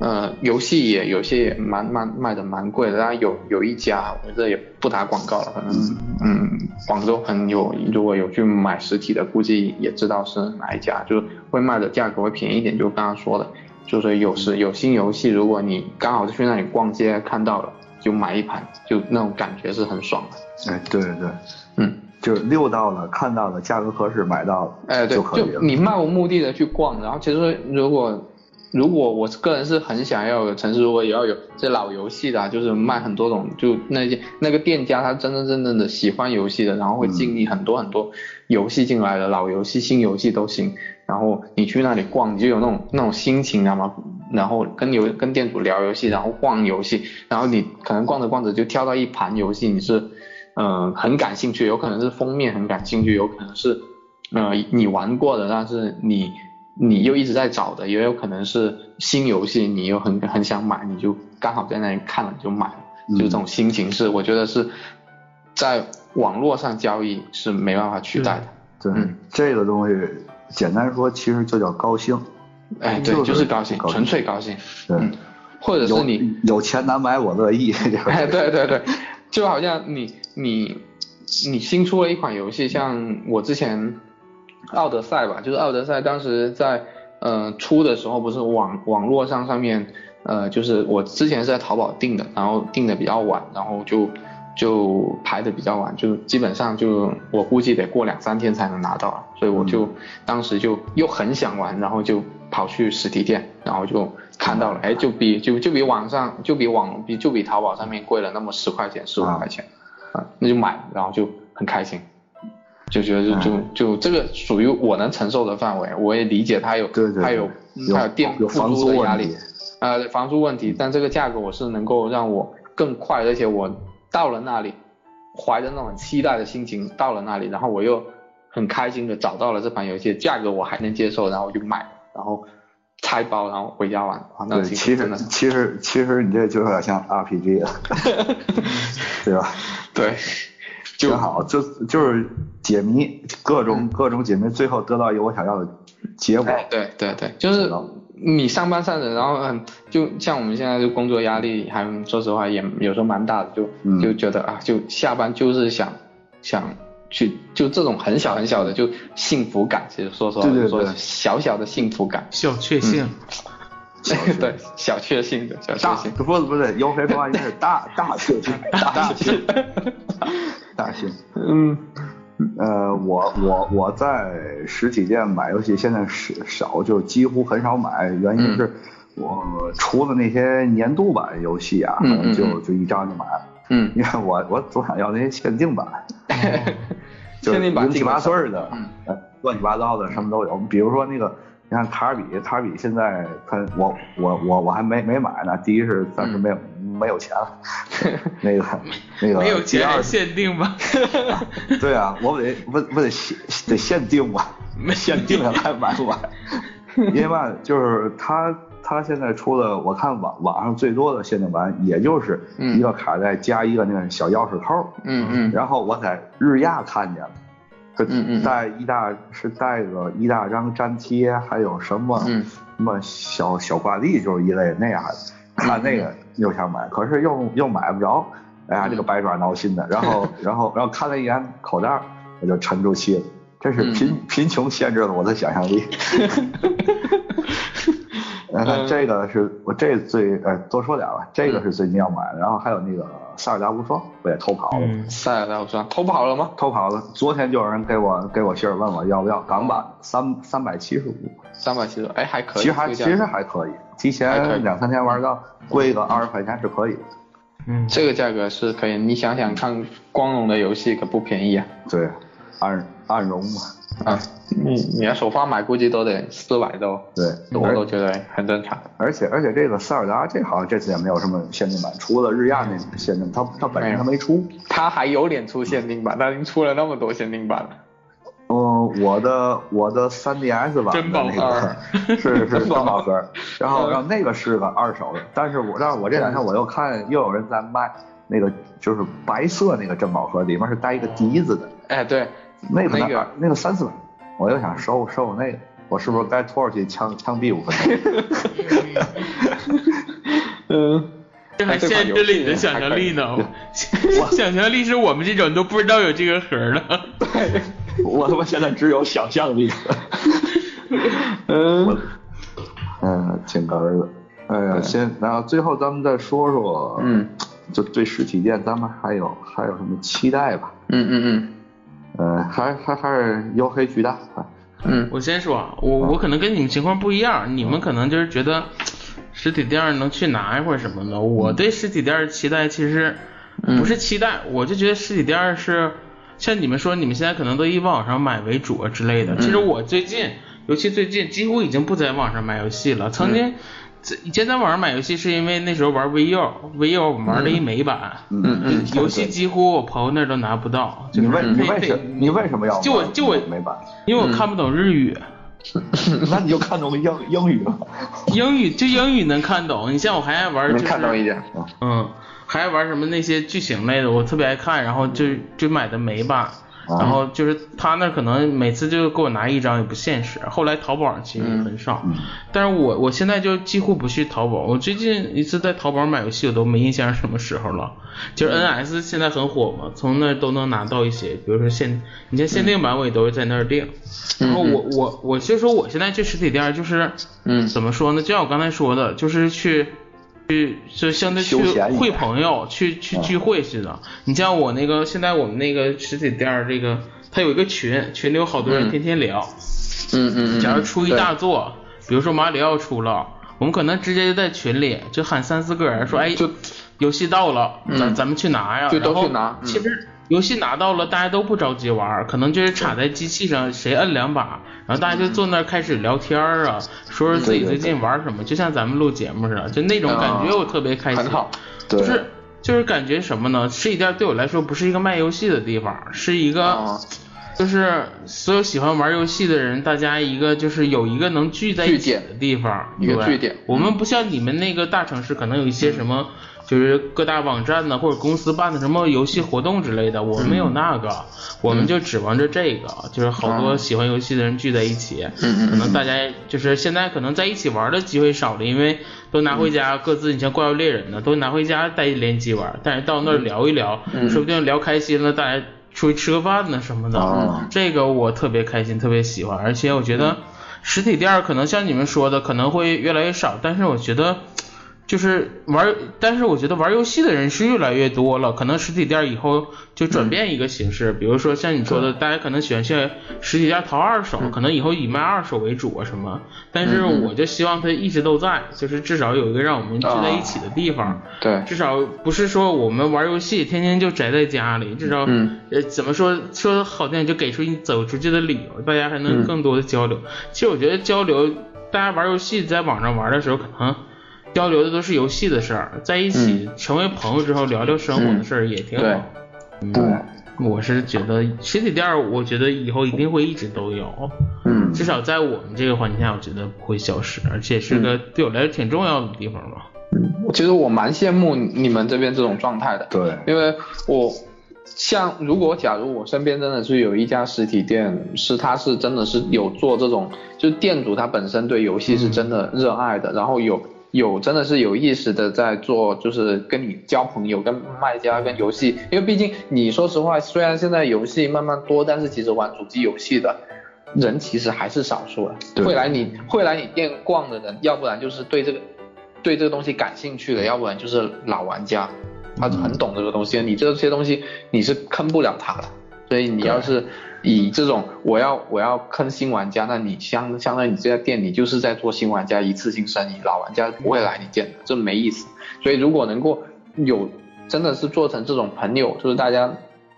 Speaker 3: 呃，游戏也有些也蛮蛮卖的蛮贵的，当然有有一家，我觉得也不打广告了，可能嗯，广州朋友如果有去买实体的，估计也知道是哪一家，就是会卖的价格会便宜一点，就刚刚说的，就是有时有新游戏，如果你刚好去那里逛街看到了，就买一盘，就那种感觉是很爽的，
Speaker 1: 哎，对对对，
Speaker 3: 嗯。
Speaker 1: 就是溜到了，看到了，价格合适，买到了，
Speaker 3: 哎，对，
Speaker 1: 就可以
Speaker 3: 就
Speaker 1: 了。嗯
Speaker 3: 你漫无目的的去逛，然后其实如果如果我个人是很想要有城市，如果也要有这老游戏的、啊，就是卖很多种，就那些那个店家他真真正正的喜欢游戏的，然后会进你很多很多游戏进来的，老游戏、新游戏都行。然后你去那里逛，你就有那种那种心情，你知道吗？然后跟游跟店主聊游戏，然后逛游戏，然后你可能逛着逛着就挑到一盘游戏，你是嗯、呃很感兴趣，有可能是封面很感兴趣，有可能是呃你玩过的，但是你你又一直在找的，也有可能是新游戏，你又很很想买，你就刚好在那里看了就买了，
Speaker 1: 嗯
Speaker 3: 就这种心情是我觉得是在网络上交易是没办法取代的。
Speaker 1: 对、
Speaker 3: 嗯
Speaker 1: 这个东西，简单说其实就叫高兴。
Speaker 3: 哎，对，
Speaker 1: 就
Speaker 3: 就是是高兴，
Speaker 1: 高兴
Speaker 3: 纯粹高兴。
Speaker 1: 对，
Speaker 3: 嗯，或者
Speaker 1: 有
Speaker 3: 是你，
Speaker 1: 有钱难买我乐意。这个
Speaker 3: 哎，对对对，就好像你你你新出了一款游戏，像我之前《奥德赛》吧，就是《奥德赛》当时在呃出的时候，不是网网络上上面呃，就是我之前是在淘宝订的，然后订的比较晚，然后就就排的比较晚，就基本上就我估计得过两三天才能拿到了，所以我就、当时就又很想玩，然后就跑去实体店，然后就看到了，哎，就比就就比网上就比网比就比淘宝上面贵了那么十块钱十五
Speaker 1: 啊
Speaker 3: 块钱，啊，那就买，然后就很开心。就觉得就
Speaker 1: 嗯
Speaker 3: 就就这个属于我能承受的范围，我也理解他有
Speaker 1: 对对对
Speaker 3: 他有
Speaker 1: 有
Speaker 3: 他有店
Speaker 1: 有
Speaker 3: 付
Speaker 1: 房
Speaker 3: 租
Speaker 1: 租
Speaker 3: 的压
Speaker 1: 问
Speaker 3: 力
Speaker 1: 题，，
Speaker 3: 呃，房租问题，但这个价格我是能够让我更快，而且我到了那里，怀着那种期待的心情到了那里，然后我又很开心的找到了这款游戏，价格我还能接受，然后我就买，然后拆包，然后回家玩，哇，那
Speaker 1: 对，
Speaker 3: 幸
Speaker 1: 其
Speaker 3: 福真
Speaker 1: 实
Speaker 3: 的是，
Speaker 1: 其实其实你这就有点像 RPG
Speaker 3: <laughs>
Speaker 1: 了，对吧？
Speaker 3: 对， <laughs> 就嗯
Speaker 1: 挺好，就就是解谜各种各种解谜，最后得到一个我想要的结果。
Speaker 3: 哎，对对对，就是
Speaker 1: 知道
Speaker 3: 你上班上着，然后很就像我们现在就工作压力还说实话也有时候蛮大的，就、
Speaker 1: 嗯
Speaker 3: 就觉得啊，就下班就是想想去就这种很小很小的
Speaker 1: 嗯
Speaker 3: 就幸福感，其实说实话
Speaker 1: 对对
Speaker 3: 就说
Speaker 1: 对
Speaker 3: 小小的幸福感
Speaker 2: 小确幸，
Speaker 3: <laughs> 对小确幸的小确
Speaker 1: 大
Speaker 3: 幸，
Speaker 1: 不是不是，姚培的话应该是
Speaker 3: <laughs>
Speaker 1: 大大学生，大学生，大学生。
Speaker 3: 嗯
Speaker 1: 呃，我我我在实体店买游戏现在是少，就几乎很少买，原
Speaker 3: 嗯
Speaker 1: 因是我除了那些年度版游戏啊，
Speaker 3: 嗯嗯
Speaker 1: 就
Speaker 3: 嗯
Speaker 1: 就一张就买了，
Speaker 3: 嗯，
Speaker 1: 因为我我总想要那些限定
Speaker 3: <laughs>
Speaker 1: 版，就是
Speaker 3: 限定版
Speaker 1: 零七
Speaker 3: 进口
Speaker 1: 八
Speaker 3: 少
Speaker 1: 碎儿的，
Speaker 3: 嗯
Speaker 1: 呃，乱七八糟的什么都有。比如说那个，你看卡尔比，卡尔比现在他我我我我还没没买呢。第一是暂时没有、
Speaker 3: 嗯
Speaker 1: 没有
Speaker 3: <laughs>
Speaker 1: 钱了，那个那个
Speaker 2: 没有
Speaker 1: 第
Speaker 2: 钱
Speaker 1: 二
Speaker 2: 还限定吧？
Speaker 1: 对啊，我不得不不得限得限定吧，
Speaker 3: 嗯
Speaker 2: 没
Speaker 1: 限定了还买
Speaker 3: <laughs>
Speaker 1: 不买？因为嘛，就是他他现在出的，我看网网上最多的限定版，也就是一个卡带加一个那个小钥匙扣，
Speaker 3: 嗯嗯
Speaker 1: 然后我在日亚看见了，他
Speaker 3: 嗯嗯
Speaker 1: 带一大是带个一大张粘贴，还有什么、
Speaker 3: 嗯
Speaker 1: 什么小小挂历，就是一类那样的，看
Speaker 3: 嗯
Speaker 1: 那个又想买，可是又又买不着，哎呀，这个
Speaker 3: 嗯
Speaker 1: 百爪挠心的。然
Speaker 3: <laughs>
Speaker 1: 后然后然后看了一眼口袋，我就沉住气了。这
Speaker 3: 嗯
Speaker 1: 是贫、贫穷限制了我的想象
Speaker 3: <laughs>
Speaker 1: 力。然
Speaker 3: 嗯
Speaker 1: 后这个是我这最呃多说点吧，这个是最近要买的，然后还有那个塞尔达无双，我也偷跑了。
Speaker 2: 嗯，
Speaker 3: 塞尔达无双偷跑了吗？
Speaker 1: 偷跑了。昨天就有人给我给我信儿，问我要不要港版三三百七十五，
Speaker 3: 三百七十，哎还可以，
Speaker 1: 其实还
Speaker 3: 这
Speaker 1: 其
Speaker 3: 个价
Speaker 1: 实
Speaker 3: 格
Speaker 1: 还可以，提
Speaker 3: 还可以
Speaker 1: 前两三天玩到贵个二十块钱是可以的。
Speaker 2: 嗯，
Speaker 3: 这个价格是可以，你想想看，光荣的游戏可不便宜啊！
Speaker 1: 对，暗暗荣嘛，
Speaker 3: 啊，你你要首发买，估计都得四百多，
Speaker 1: 对，
Speaker 2: 嗯
Speaker 3: 我都觉得很正常。
Speaker 1: 而且而且这个塞尔达这好像这次也没有什么限定版，除了日亚那限定，它它本身它没出。
Speaker 3: 他还有脸出限定版，他已经出了那么多限定版了。
Speaker 1: 嗯、我的我的 3DS 版
Speaker 2: 真
Speaker 1: 的
Speaker 2: 宝
Speaker 1: 那
Speaker 2: 盒
Speaker 1: 个
Speaker 3: 儿
Speaker 1: 是是 <laughs>
Speaker 3: 真
Speaker 1: 真
Speaker 3: 宝
Speaker 1: 宝盒儿，然后
Speaker 3: 嗯
Speaker 1: 然后那个是个二手的，但是我但是我这两天我又看又有人在卖那个就是白色那个珍宝盒，里面是带一个笛子的，
Speaker 3: 哎， <laughs> 对，
Speaker 1: 那个
Speaker 3: 那
Speaker 1: 那
Speaker 3: 个
Speaker 1: 那个三四百，我又想收收那个，我是不是该拖出去枪枪毙五分钟？
Speaker 3: 嗯，
Speaker 2: 这还限制了你的想象力呢。想象力是我 <laughs> 们这种都不知道有这个盒儿的。
Speaker 1: <laughs> 我他妈现在只有想象力了。嗯， <laughs> 嗯，挺哏儿的。哎呀，先，然后最后咱们再说说，
Speaker 3: 嗯，
Speaker 1: 就对实体店咱们还有还有什么期待吧？
Speaker 3: 嗯嗯
Speaker 1: 呃，还还还是黝黑巨大，啊
Speaker 3: 嗯
Speaker 2: 我先说，啊，我我可能跟你们情况不一样，
Speaker 1: 啊
Speaker 2: 你们可能就是觉得实体店儿能去拿一会儿什么的。我
Speaker 1: 嗯
Speaker 2: 对实体店儿期待其实不是期待，我就觉得实体店儿是像你们说，你们现在可能都以网上买为主啊之类的。
Speaker 1: 嗯
Speaker 2: 其实我最近，尤其最近，几乎已经不在网上买游戏了。曾
Speaker 1: 嗯
Speaker 2: 经在以前在网上买游戏，是因为那时候玩 VU，VU 我们玩了一美版。
Speaker 1: 嗯嗯嗯，
Speaker 2: 游戏几乎我朋友那儿都拿不到，就
Speaker 1: 你嗯
Speaker 2: 是
Speaker 1: 为你
Speaker 2: 配
Speaker 1: 为什
Speaker 2: 配
Speaker 1: 你为什么要
Speaker 2: 嗯就我
Speaker 1: 买
Speaker 2: 就我
Speaker 1: 美版？
Speaker 2: 因为我看不懂日语，
Speaker 1: <laughs> 那你就看懂英英语了。
Speaker 2: 英语就英语能看懂。你像我还爱玩，
Speaker 3: 嗯，
Speaker 2: 就
Speaker 3: 能
Speaker 2: 是
Speaker 3: 看到一点。
Speaker 2: 嗯，还爱玩什么那些剧情类的，我特别爱看，然后就
Speaker 3: 嗯
Speaker 2: 就买的美版，
Speaker 1: 啊
Speaker 2: 然后就是他那儿可能每次就给我拿一张也不现实。后来淘宝上其实也很
Speaker 3: 嗯
Speaker 2: 少，但是我我现在就几乎不去淘宝，我最近一次在淘宝买游戏我都没印象是什么时候了。就是
Speaker 3: 嗯
Speaker 2: NS 现在很火嘛，从那儿都能拿到一些，比如说限，你像限定
Speaker 3: 嗯
Speaker 2: 版我也都是在那儿订。然后我我我就说我现在去实体店儿就是，
Speaker 3: 嗯
Speaker 2: 怎么说呢？就像我刚才说的，就是去。去就相对去
Speaker 1: 休闲一点嗯
Speaker 2: 会朋友，去去聚会似的。你像我那个现在我们那个实体店儿，这个它有一个群，群里有好多人
Speaker 3: 嗯
Speaker 2: 天天聊。
Speaker 3: 嗯嗯嗯。
Speaker 2: 假如出一
Speaker 3: 对
Speaker 2: 大作，比如说马里奥出了，我们可能直接就在群里就喊三四个人说，哎，
Speaker 3: 嗯就
Speaker 2: 游戏到了，咱
Speaker 3: 嗯
Speaker 2: 咱们去拿呀，
Speaker 3: 就都
Speaker 2: 然后
Speaker 3: 去拿嗯
Speaker 2: 其实游戏拿到了，大家都不着急玩儿，可能就是插在机器上，谁摁两把，然后大家就坐那儿开始聊天儿啊，说说自己最近玩儿什么，就像咱们录节目似的，就那种感觉我特别开心
Speaker 3: 啊很。好，
Speaker 1: 对，
Speaker 2: 就是就是感觉什么呢？实体店对我来说不是一个卖游戏的地方，是一个、
Speaker 3: 啊
Speaker 2: 就是所有喜欢玩游戏的人，大家一个就是有一个能聚在一起
Speaker 3: 据
Speaker 2: 的
Speaker 3: 点
Speaker 2: 地方，
Speaker 3: 一个
Speaker 2: 对
Speaker 3: 据点嗯
Speaker 2: 我们不像你们那个大城市，可能有一些什么。就是各大网站呢，或者公司办的什么游戏活动之类的，我们没有
Speaker 3: 嗯
Speaker 2: 那个，我们就指望着这个，就是好多喜欢游戏的人聚在一起，
Speaker 3: 啊嗯
Speaker 2: 可能大家就是现在可能在一起玩的机会少了，因为都拿回家各自，你像怪物猎人呢，都拿回家带联机玩，但是到那儿聊一聊，
Speaker 3: 嗯
Speaker 2: 说不定聊开心了，大家出去吃个饭呢什么的，
Speaker 3: 哦
Speaker 1: 啊
Speaker 2: 这个我特别开心，特别喜欢，而且我觉
Speaker 3: 嗯
Speaker 2: 得实体店儿可能像你们说的可能会越来越少，但是我觉得。就是玩，但是我觉得玩游戏的人是越来越多了，可能实体店以后就转变一个形式，比如说像你说的，大家可能喜欢去实体店淘二手，可能以后以卖二手为主啊什么。但是我就希望它一直都在，就是至少有一个让我们聚在一起的地方，
Speaker 3: 对，
Speaker 2: 至少不是说我们玩游戏天天就宅在家里，至少、
Speaker 3: 嗯
Speaker 2: 呃怎么说说好听，就给出你走出去的理由，大家还能更多的交流。其实我觉得交流，大家玩游戏在网上玩的时候，可能交流的都是游戏的事儿，在一起成为朋友之后聊聊生活的事儿也挺好。
Speaker 3: 嗯对
Speaker 2: 嗯
Speaker 1: 对，
Speaker 3: 嗯
Speaker 2: 我是觉得实体店，儿，我觉得以后一定会一直都有，
Speaker 3: 嗯
Speaker 2: 至少在我们这个环境下，我觉得不会消失，而且是
Speaker 3: 嗯
Speaker 2: 个对我来说挺重要的地方吧。
Speaker 3: 其实我蛮羡慕你们这边这种状态的，
Speaker 1: 对，
Speaker 2: 哎
Speaker 3: 因为我像如果假如我身边真的是有一家实体店，是他是真的是有做这种，就是店主他本身对游戏是真的热爱的，然后有有真的是有意识的在做，就是跟你交朋友，跟卖家，跟游戏，因为毕竟你说实话，虽然现在游戏慢慢多，但是其实玩主机游戏的。人其实还是少数的，
Speaker 1: 对
Speaker 3: 会来你会来你店逛的人，要不然就是对这个对这个东西感兴趣的，要不然就是老玩家，他很懂这个东西。你这些东西你是坑不了他的，所以你要是以这种我要我要坑新玩家，那你相相当于你这家店你就是在做新玩家一次性生意，老玩家不会来你店的，这没意思。所以如果能够有真的是做成这种朋友，就是大家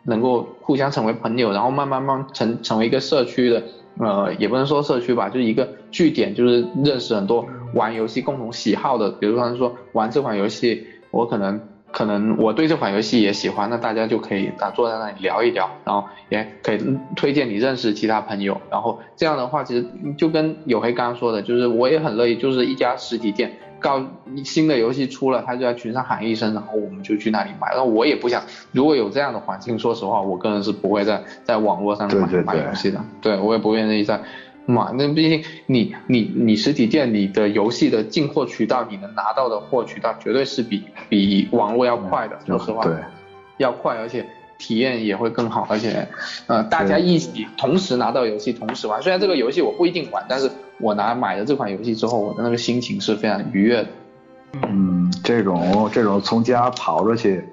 Speaker 3: 能够互相成为朋友，然后慢慢慢慢成成为一个社区的，呃，也不能说社区吧，就是一个据点，就是认识很多玩游戏共同喜好的，比如说说玩这款游戏，我可能可能我对这款游戏也喜欢，那大家就可以啊坐在那里聊一聊，然后也可以推荐你认识其他朋友，然后这样的话，其实就跟有黑刚刚说的，就是我也很乐意，就是一家实体店。告新的游戏出了，他就在群上喊一声，然后我们就去那里买。那我也不想，如果有这样的环境，说实话，我个人是不会在在网络上买
Speaker 1: 对对对
Speaker 3: 买游戏的，对我也不愿意在买。那毕竟你你你实体店你的游戏的进货渠道，你能拿到的货渠道绝对是比比网络要快的，说实话，
Speaker 1: 对，
Speaker 3: 要快，而且体验也会更好，而且呃大家
Speaker 1: 对
Speaker 3: 一起同时拿到游戏，同时玩。虽然这个游戏我不一定玩，但是我拿买了这款游戏之后，我的那个心情是非常愉悦的。
Speaker 1: 嗯，这种这种从家跑出去。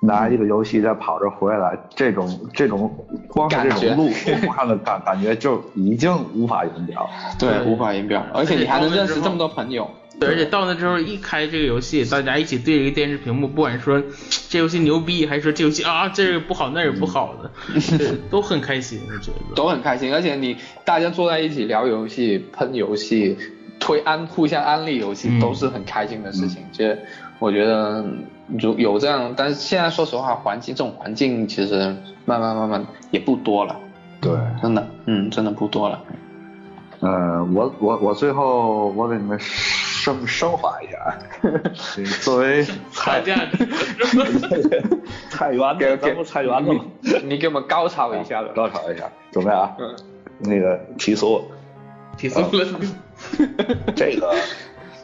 Speaker 1: 拿一个游戏再跑着回来，这种这种光是这种路路上的感感觉就已经无法言表。
Speaker 3: 对
Speaker 2: 对，
Speaker 3: 无法言表，而且你还能认识这么多朋友。
Speaker 2: 对，而且到那之后一开这个游戏，大家一起对着一个电视屏幕，不管说这游戏牛逼，还是说这游戏啊这个不好那也不好的，对，都很开心，我觉得。
Speaker 3: 都很开心，而且你大家坐在一起聊游戏、喷游戏、推安互相安利游戏，
Speaker 2: 嗯
Speaker 3: 都是很开心的事情。
Speaker 1: 嗯
Speaker 3: 其实我觉得如有这样，但是现在说实话，环境这种环境其实慢慢慢慢也不多了，
Speaker 1: 对，
Speaker 3: 真的，嗯，真的不多了。
Speaker 1: 呃，我我我最后我给你们升升华一下
Speaker 2: <laughs>
Speaker 1: 啊，这个作为菜
Speaker 2: 打架，
Speaker 1: 菜园
Speaker 3: 给
Speaker 1: 子，
Speaker 3: 给
Speaker 1: 咱不菜园子吗？
Speaker 3: 你给我们高潮一下了，
Speaker 1: 高潮一下，准备啊
Speaker 3: 嗯，
Speaker 1: 那个提速 <laughs> 了。
Speaker 2: 提速 <laughs> 了，
Speaker 1: 这个，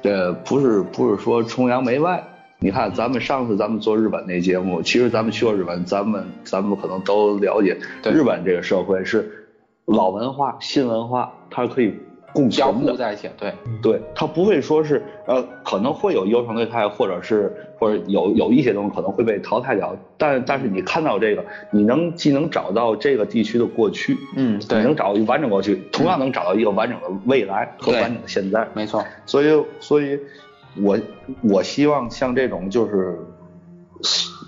Speaker 1: 这不是不是说崇洋媚外。你看，咱们上次咱们做日本那节目，其实咱们去过日本，咱们咱们可能都了解，
Speaker 3: 对
Speaker 1: 日本这个社会是老文化、新文化，嗯它是可以共
Speaker 3: 交
Speaker 1: 存
Speaker 3: 互
Speaker 1: 的。
Speaker 3: 在一起，啊对，
Speaker 1: 对，它不会说是呃，可能会有优胜劣汰，或者是或者有有一些东西可能会被淘汰掉。但但是你看到这个，你能既能找到这个地区的过去，
Speaker 3: 嗯，
Speaker 1: 你
Speaker 3: 对
Speaker 1: 能，找到一个完整过去，同样能找到一个完整的未来和
Speaker 3: 对
Speaker 1: 完整的现在。
Speaker 3: 没错，
Speaker 1: 所以，所以我我希望像这种就是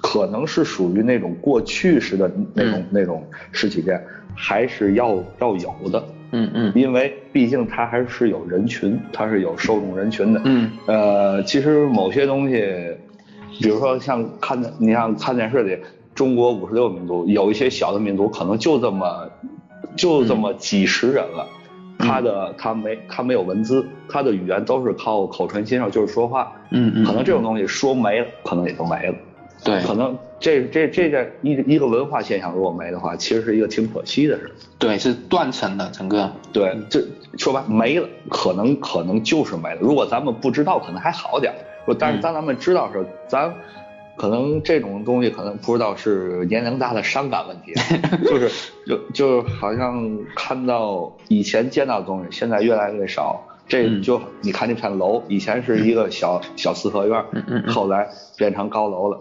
Speaker 1: 可能是属于那种过去式的那种、
Speaker 3: 嗯
Speaker 1: 那种实体店，还是要要有的，
Speaker 3: 嗯嗯
Speaker 1: 因为毕竟它还是有人群，它是有受众人群的。
Speaker 3: 嗯
Speaker 1: 呃，其实某些东西，比如说像看电，你像看电视里，中国五十六民族，有一些小的民族可能就这么，就这
Speaker 3: 嗯
Speaker 1: 么几十人了，他的他没他没有文字，他的语言都是靠口传心授，就是说话，
Speaker 3: 嗯嗯，
Speaker 1: 可能这种东西说没了，可能也就没了。
Speaker 3: 对
Speaker 1: 可能这这这件一一个文化现象如果没的话，其实是一个挺可惜的事儿。
Speaker 3: 对是断层的整个，
Speaker 1: 对，这说白没了，可能可能就是没了。如果咱们不知道，可能还好点儿。如果但是
Speaker 3: 嗯
Speaker 1: 当咱们知道的时候，咱可能这种东西可能不知道是年龄大的伤感问题，啊
Speaker 3: <laughs>
Speaker 1: 就是就就好像看到以前见到的东西，现在越来越少。这
Speaker 3: 嗯
Speaker 1: 就你看这片楼，以前是一个小小四合院儿，
Speaker 3: 嗯嗯嗯
Speaker 1: 后来变成高楼了，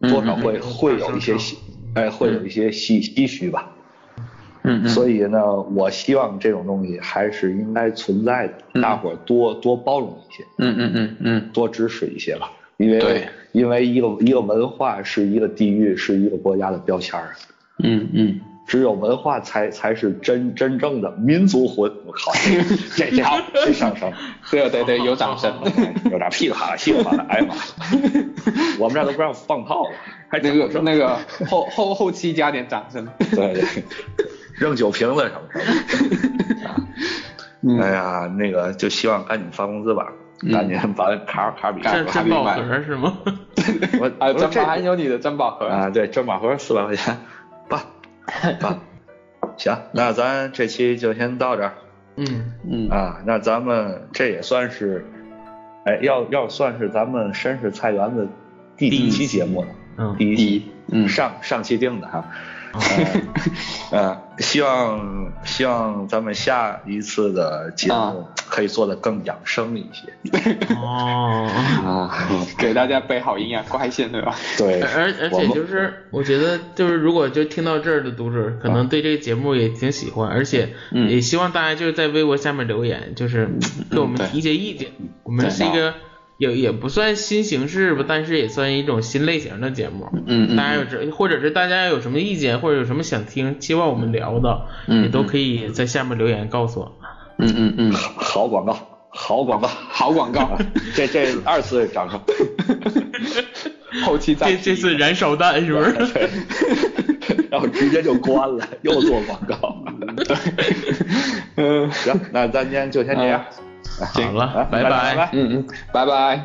Speaker 3: 嗯
Speaker 1: 多少
Speaker 3: 嗯嗯
Speaker 1: 会会有一些唏，哎，会有一些唏唏嘘吧。
Speaker 3: 嗯嗯，
Speaker 1: 所以呢，我希望这种东西还是应该存在的，
Speaker 3: 嗯
Speaker 1: 大伙儿多多包容一些，
Speaker 3: 嗯嗯嗯嗯，
Speaker 1: 多支持一些吧。因为
Speaker 3: 对
Speaker 1: 因为一个一个文化是一个地域，是一个国家的标签儿，
Speaker 3: 嗯嗯，
Speaker 1: 只有文化才才是真真正的民族魂。我靠，这这这好，这上升，
Speaker 3: 对对对，有掌声。
Speaker 1: 有点屁哈屁哈的，哎呀妈，我们这儿都不让放炮了，还
Speaker 3: 那
Speaker 1: 掌
Speaker 3: 个
Speaker 1: 声
Speaker 3: 那个后后后期加点掌声。
Speaker 1: 对 <laughs> 对，扔酒瓶子什么的。啊
Speaker 3: 嗯
Speaker 1: 哎呀，那个就希望赶紧发工资吧，
Speaker 3: 嗯
Speaker 1: 赶紧把卡卡比
Speaker 2: 这
Speaker 1: 上
Speaker 3: 是
Speaker 2: 珍宝盒是吗？
Speaker 1: 我
Speaker 3: 啊，
Speaker 1: 我
Speaker 3: 珍
Speaker 1: 这
Speaker 3: 宝还有你的珍宝盒。
Speaker 1: 啊，对，正马盒四百块钱，办办。行，那咱这期就先到这儿
Speaker 2: 嗯，
Speaker 3: 嗯
Speaker 1: 啊。那咱们这也算是，哎，要要算是咱们绅士菜园子第
Speaker 2: 第
Speaker 1: 几
Speaker 2: 一
Speaker 1: 期节目了？
Speaker 2: 嗯
Speaker 1: 第一期，
Speaker 3: 嗯哦
Speaker 1: 上上期定的哈。
Speaker 2: 啊
Speaker 1: 呃， <laughs> 呃希望希望咱们下一次的节
Speaker 3: 啊
Speaker 1: 目可以做得更养生一些。
Speaker 2: 哦。
Speaker 1: 啊，
Speaker 3: 给大家备好营养瓜线对吧？
Speaker 1: 对，
Speaker 2: 而而
Speaker 1: 我
Speaker 2: 且
Speaker 1: 们
Speaker 2: 就是，我觉得就是，如果就听到这儿的读者，可能对这个节目也挺喜欢，而且
Speaker 3: 啊嗯
Speaker 2: 也希望大家就是在微博下面留言，就是给我们
Speaker 3: 对嗯
Speaker 2: 提一些意见。我们是一个也也不算新形式吧，但是也算一种新类型的节目。
Speaker 3: 嗯
Speaker 2: 大家有这，或者是大家有什么意见，或者有什么想听，期望我们聊的，
Speaker 3: 嗯
Speaker 2: 也都可以在下面留言告诉我们。
Speaker 3: 嗯嗯嗯，
Speaker 1: 好广告，好广告，
Speaker 3: <laughs> 好广告
Speaker 1: 啊，这这二次掌
Speaker 3: <laughs>
Speaker 1: 声。
Speaker 3: 后期再
Speaker 2: 这这次燃烧弹是不是？
Speaker 1: 对，然后直接就关了，又做广告。
Speaker 3: 嗯
Speaker 1: 行，那咱今天就先这样
Speaker 3: 啊，
Speaker 1: 行
Speaker 2: 好了
Speaker 1: 啊
Speaker 2: 拜拜
Speaker 1: 拜拜。
Speaker 3: 嗯嗯，拜拜。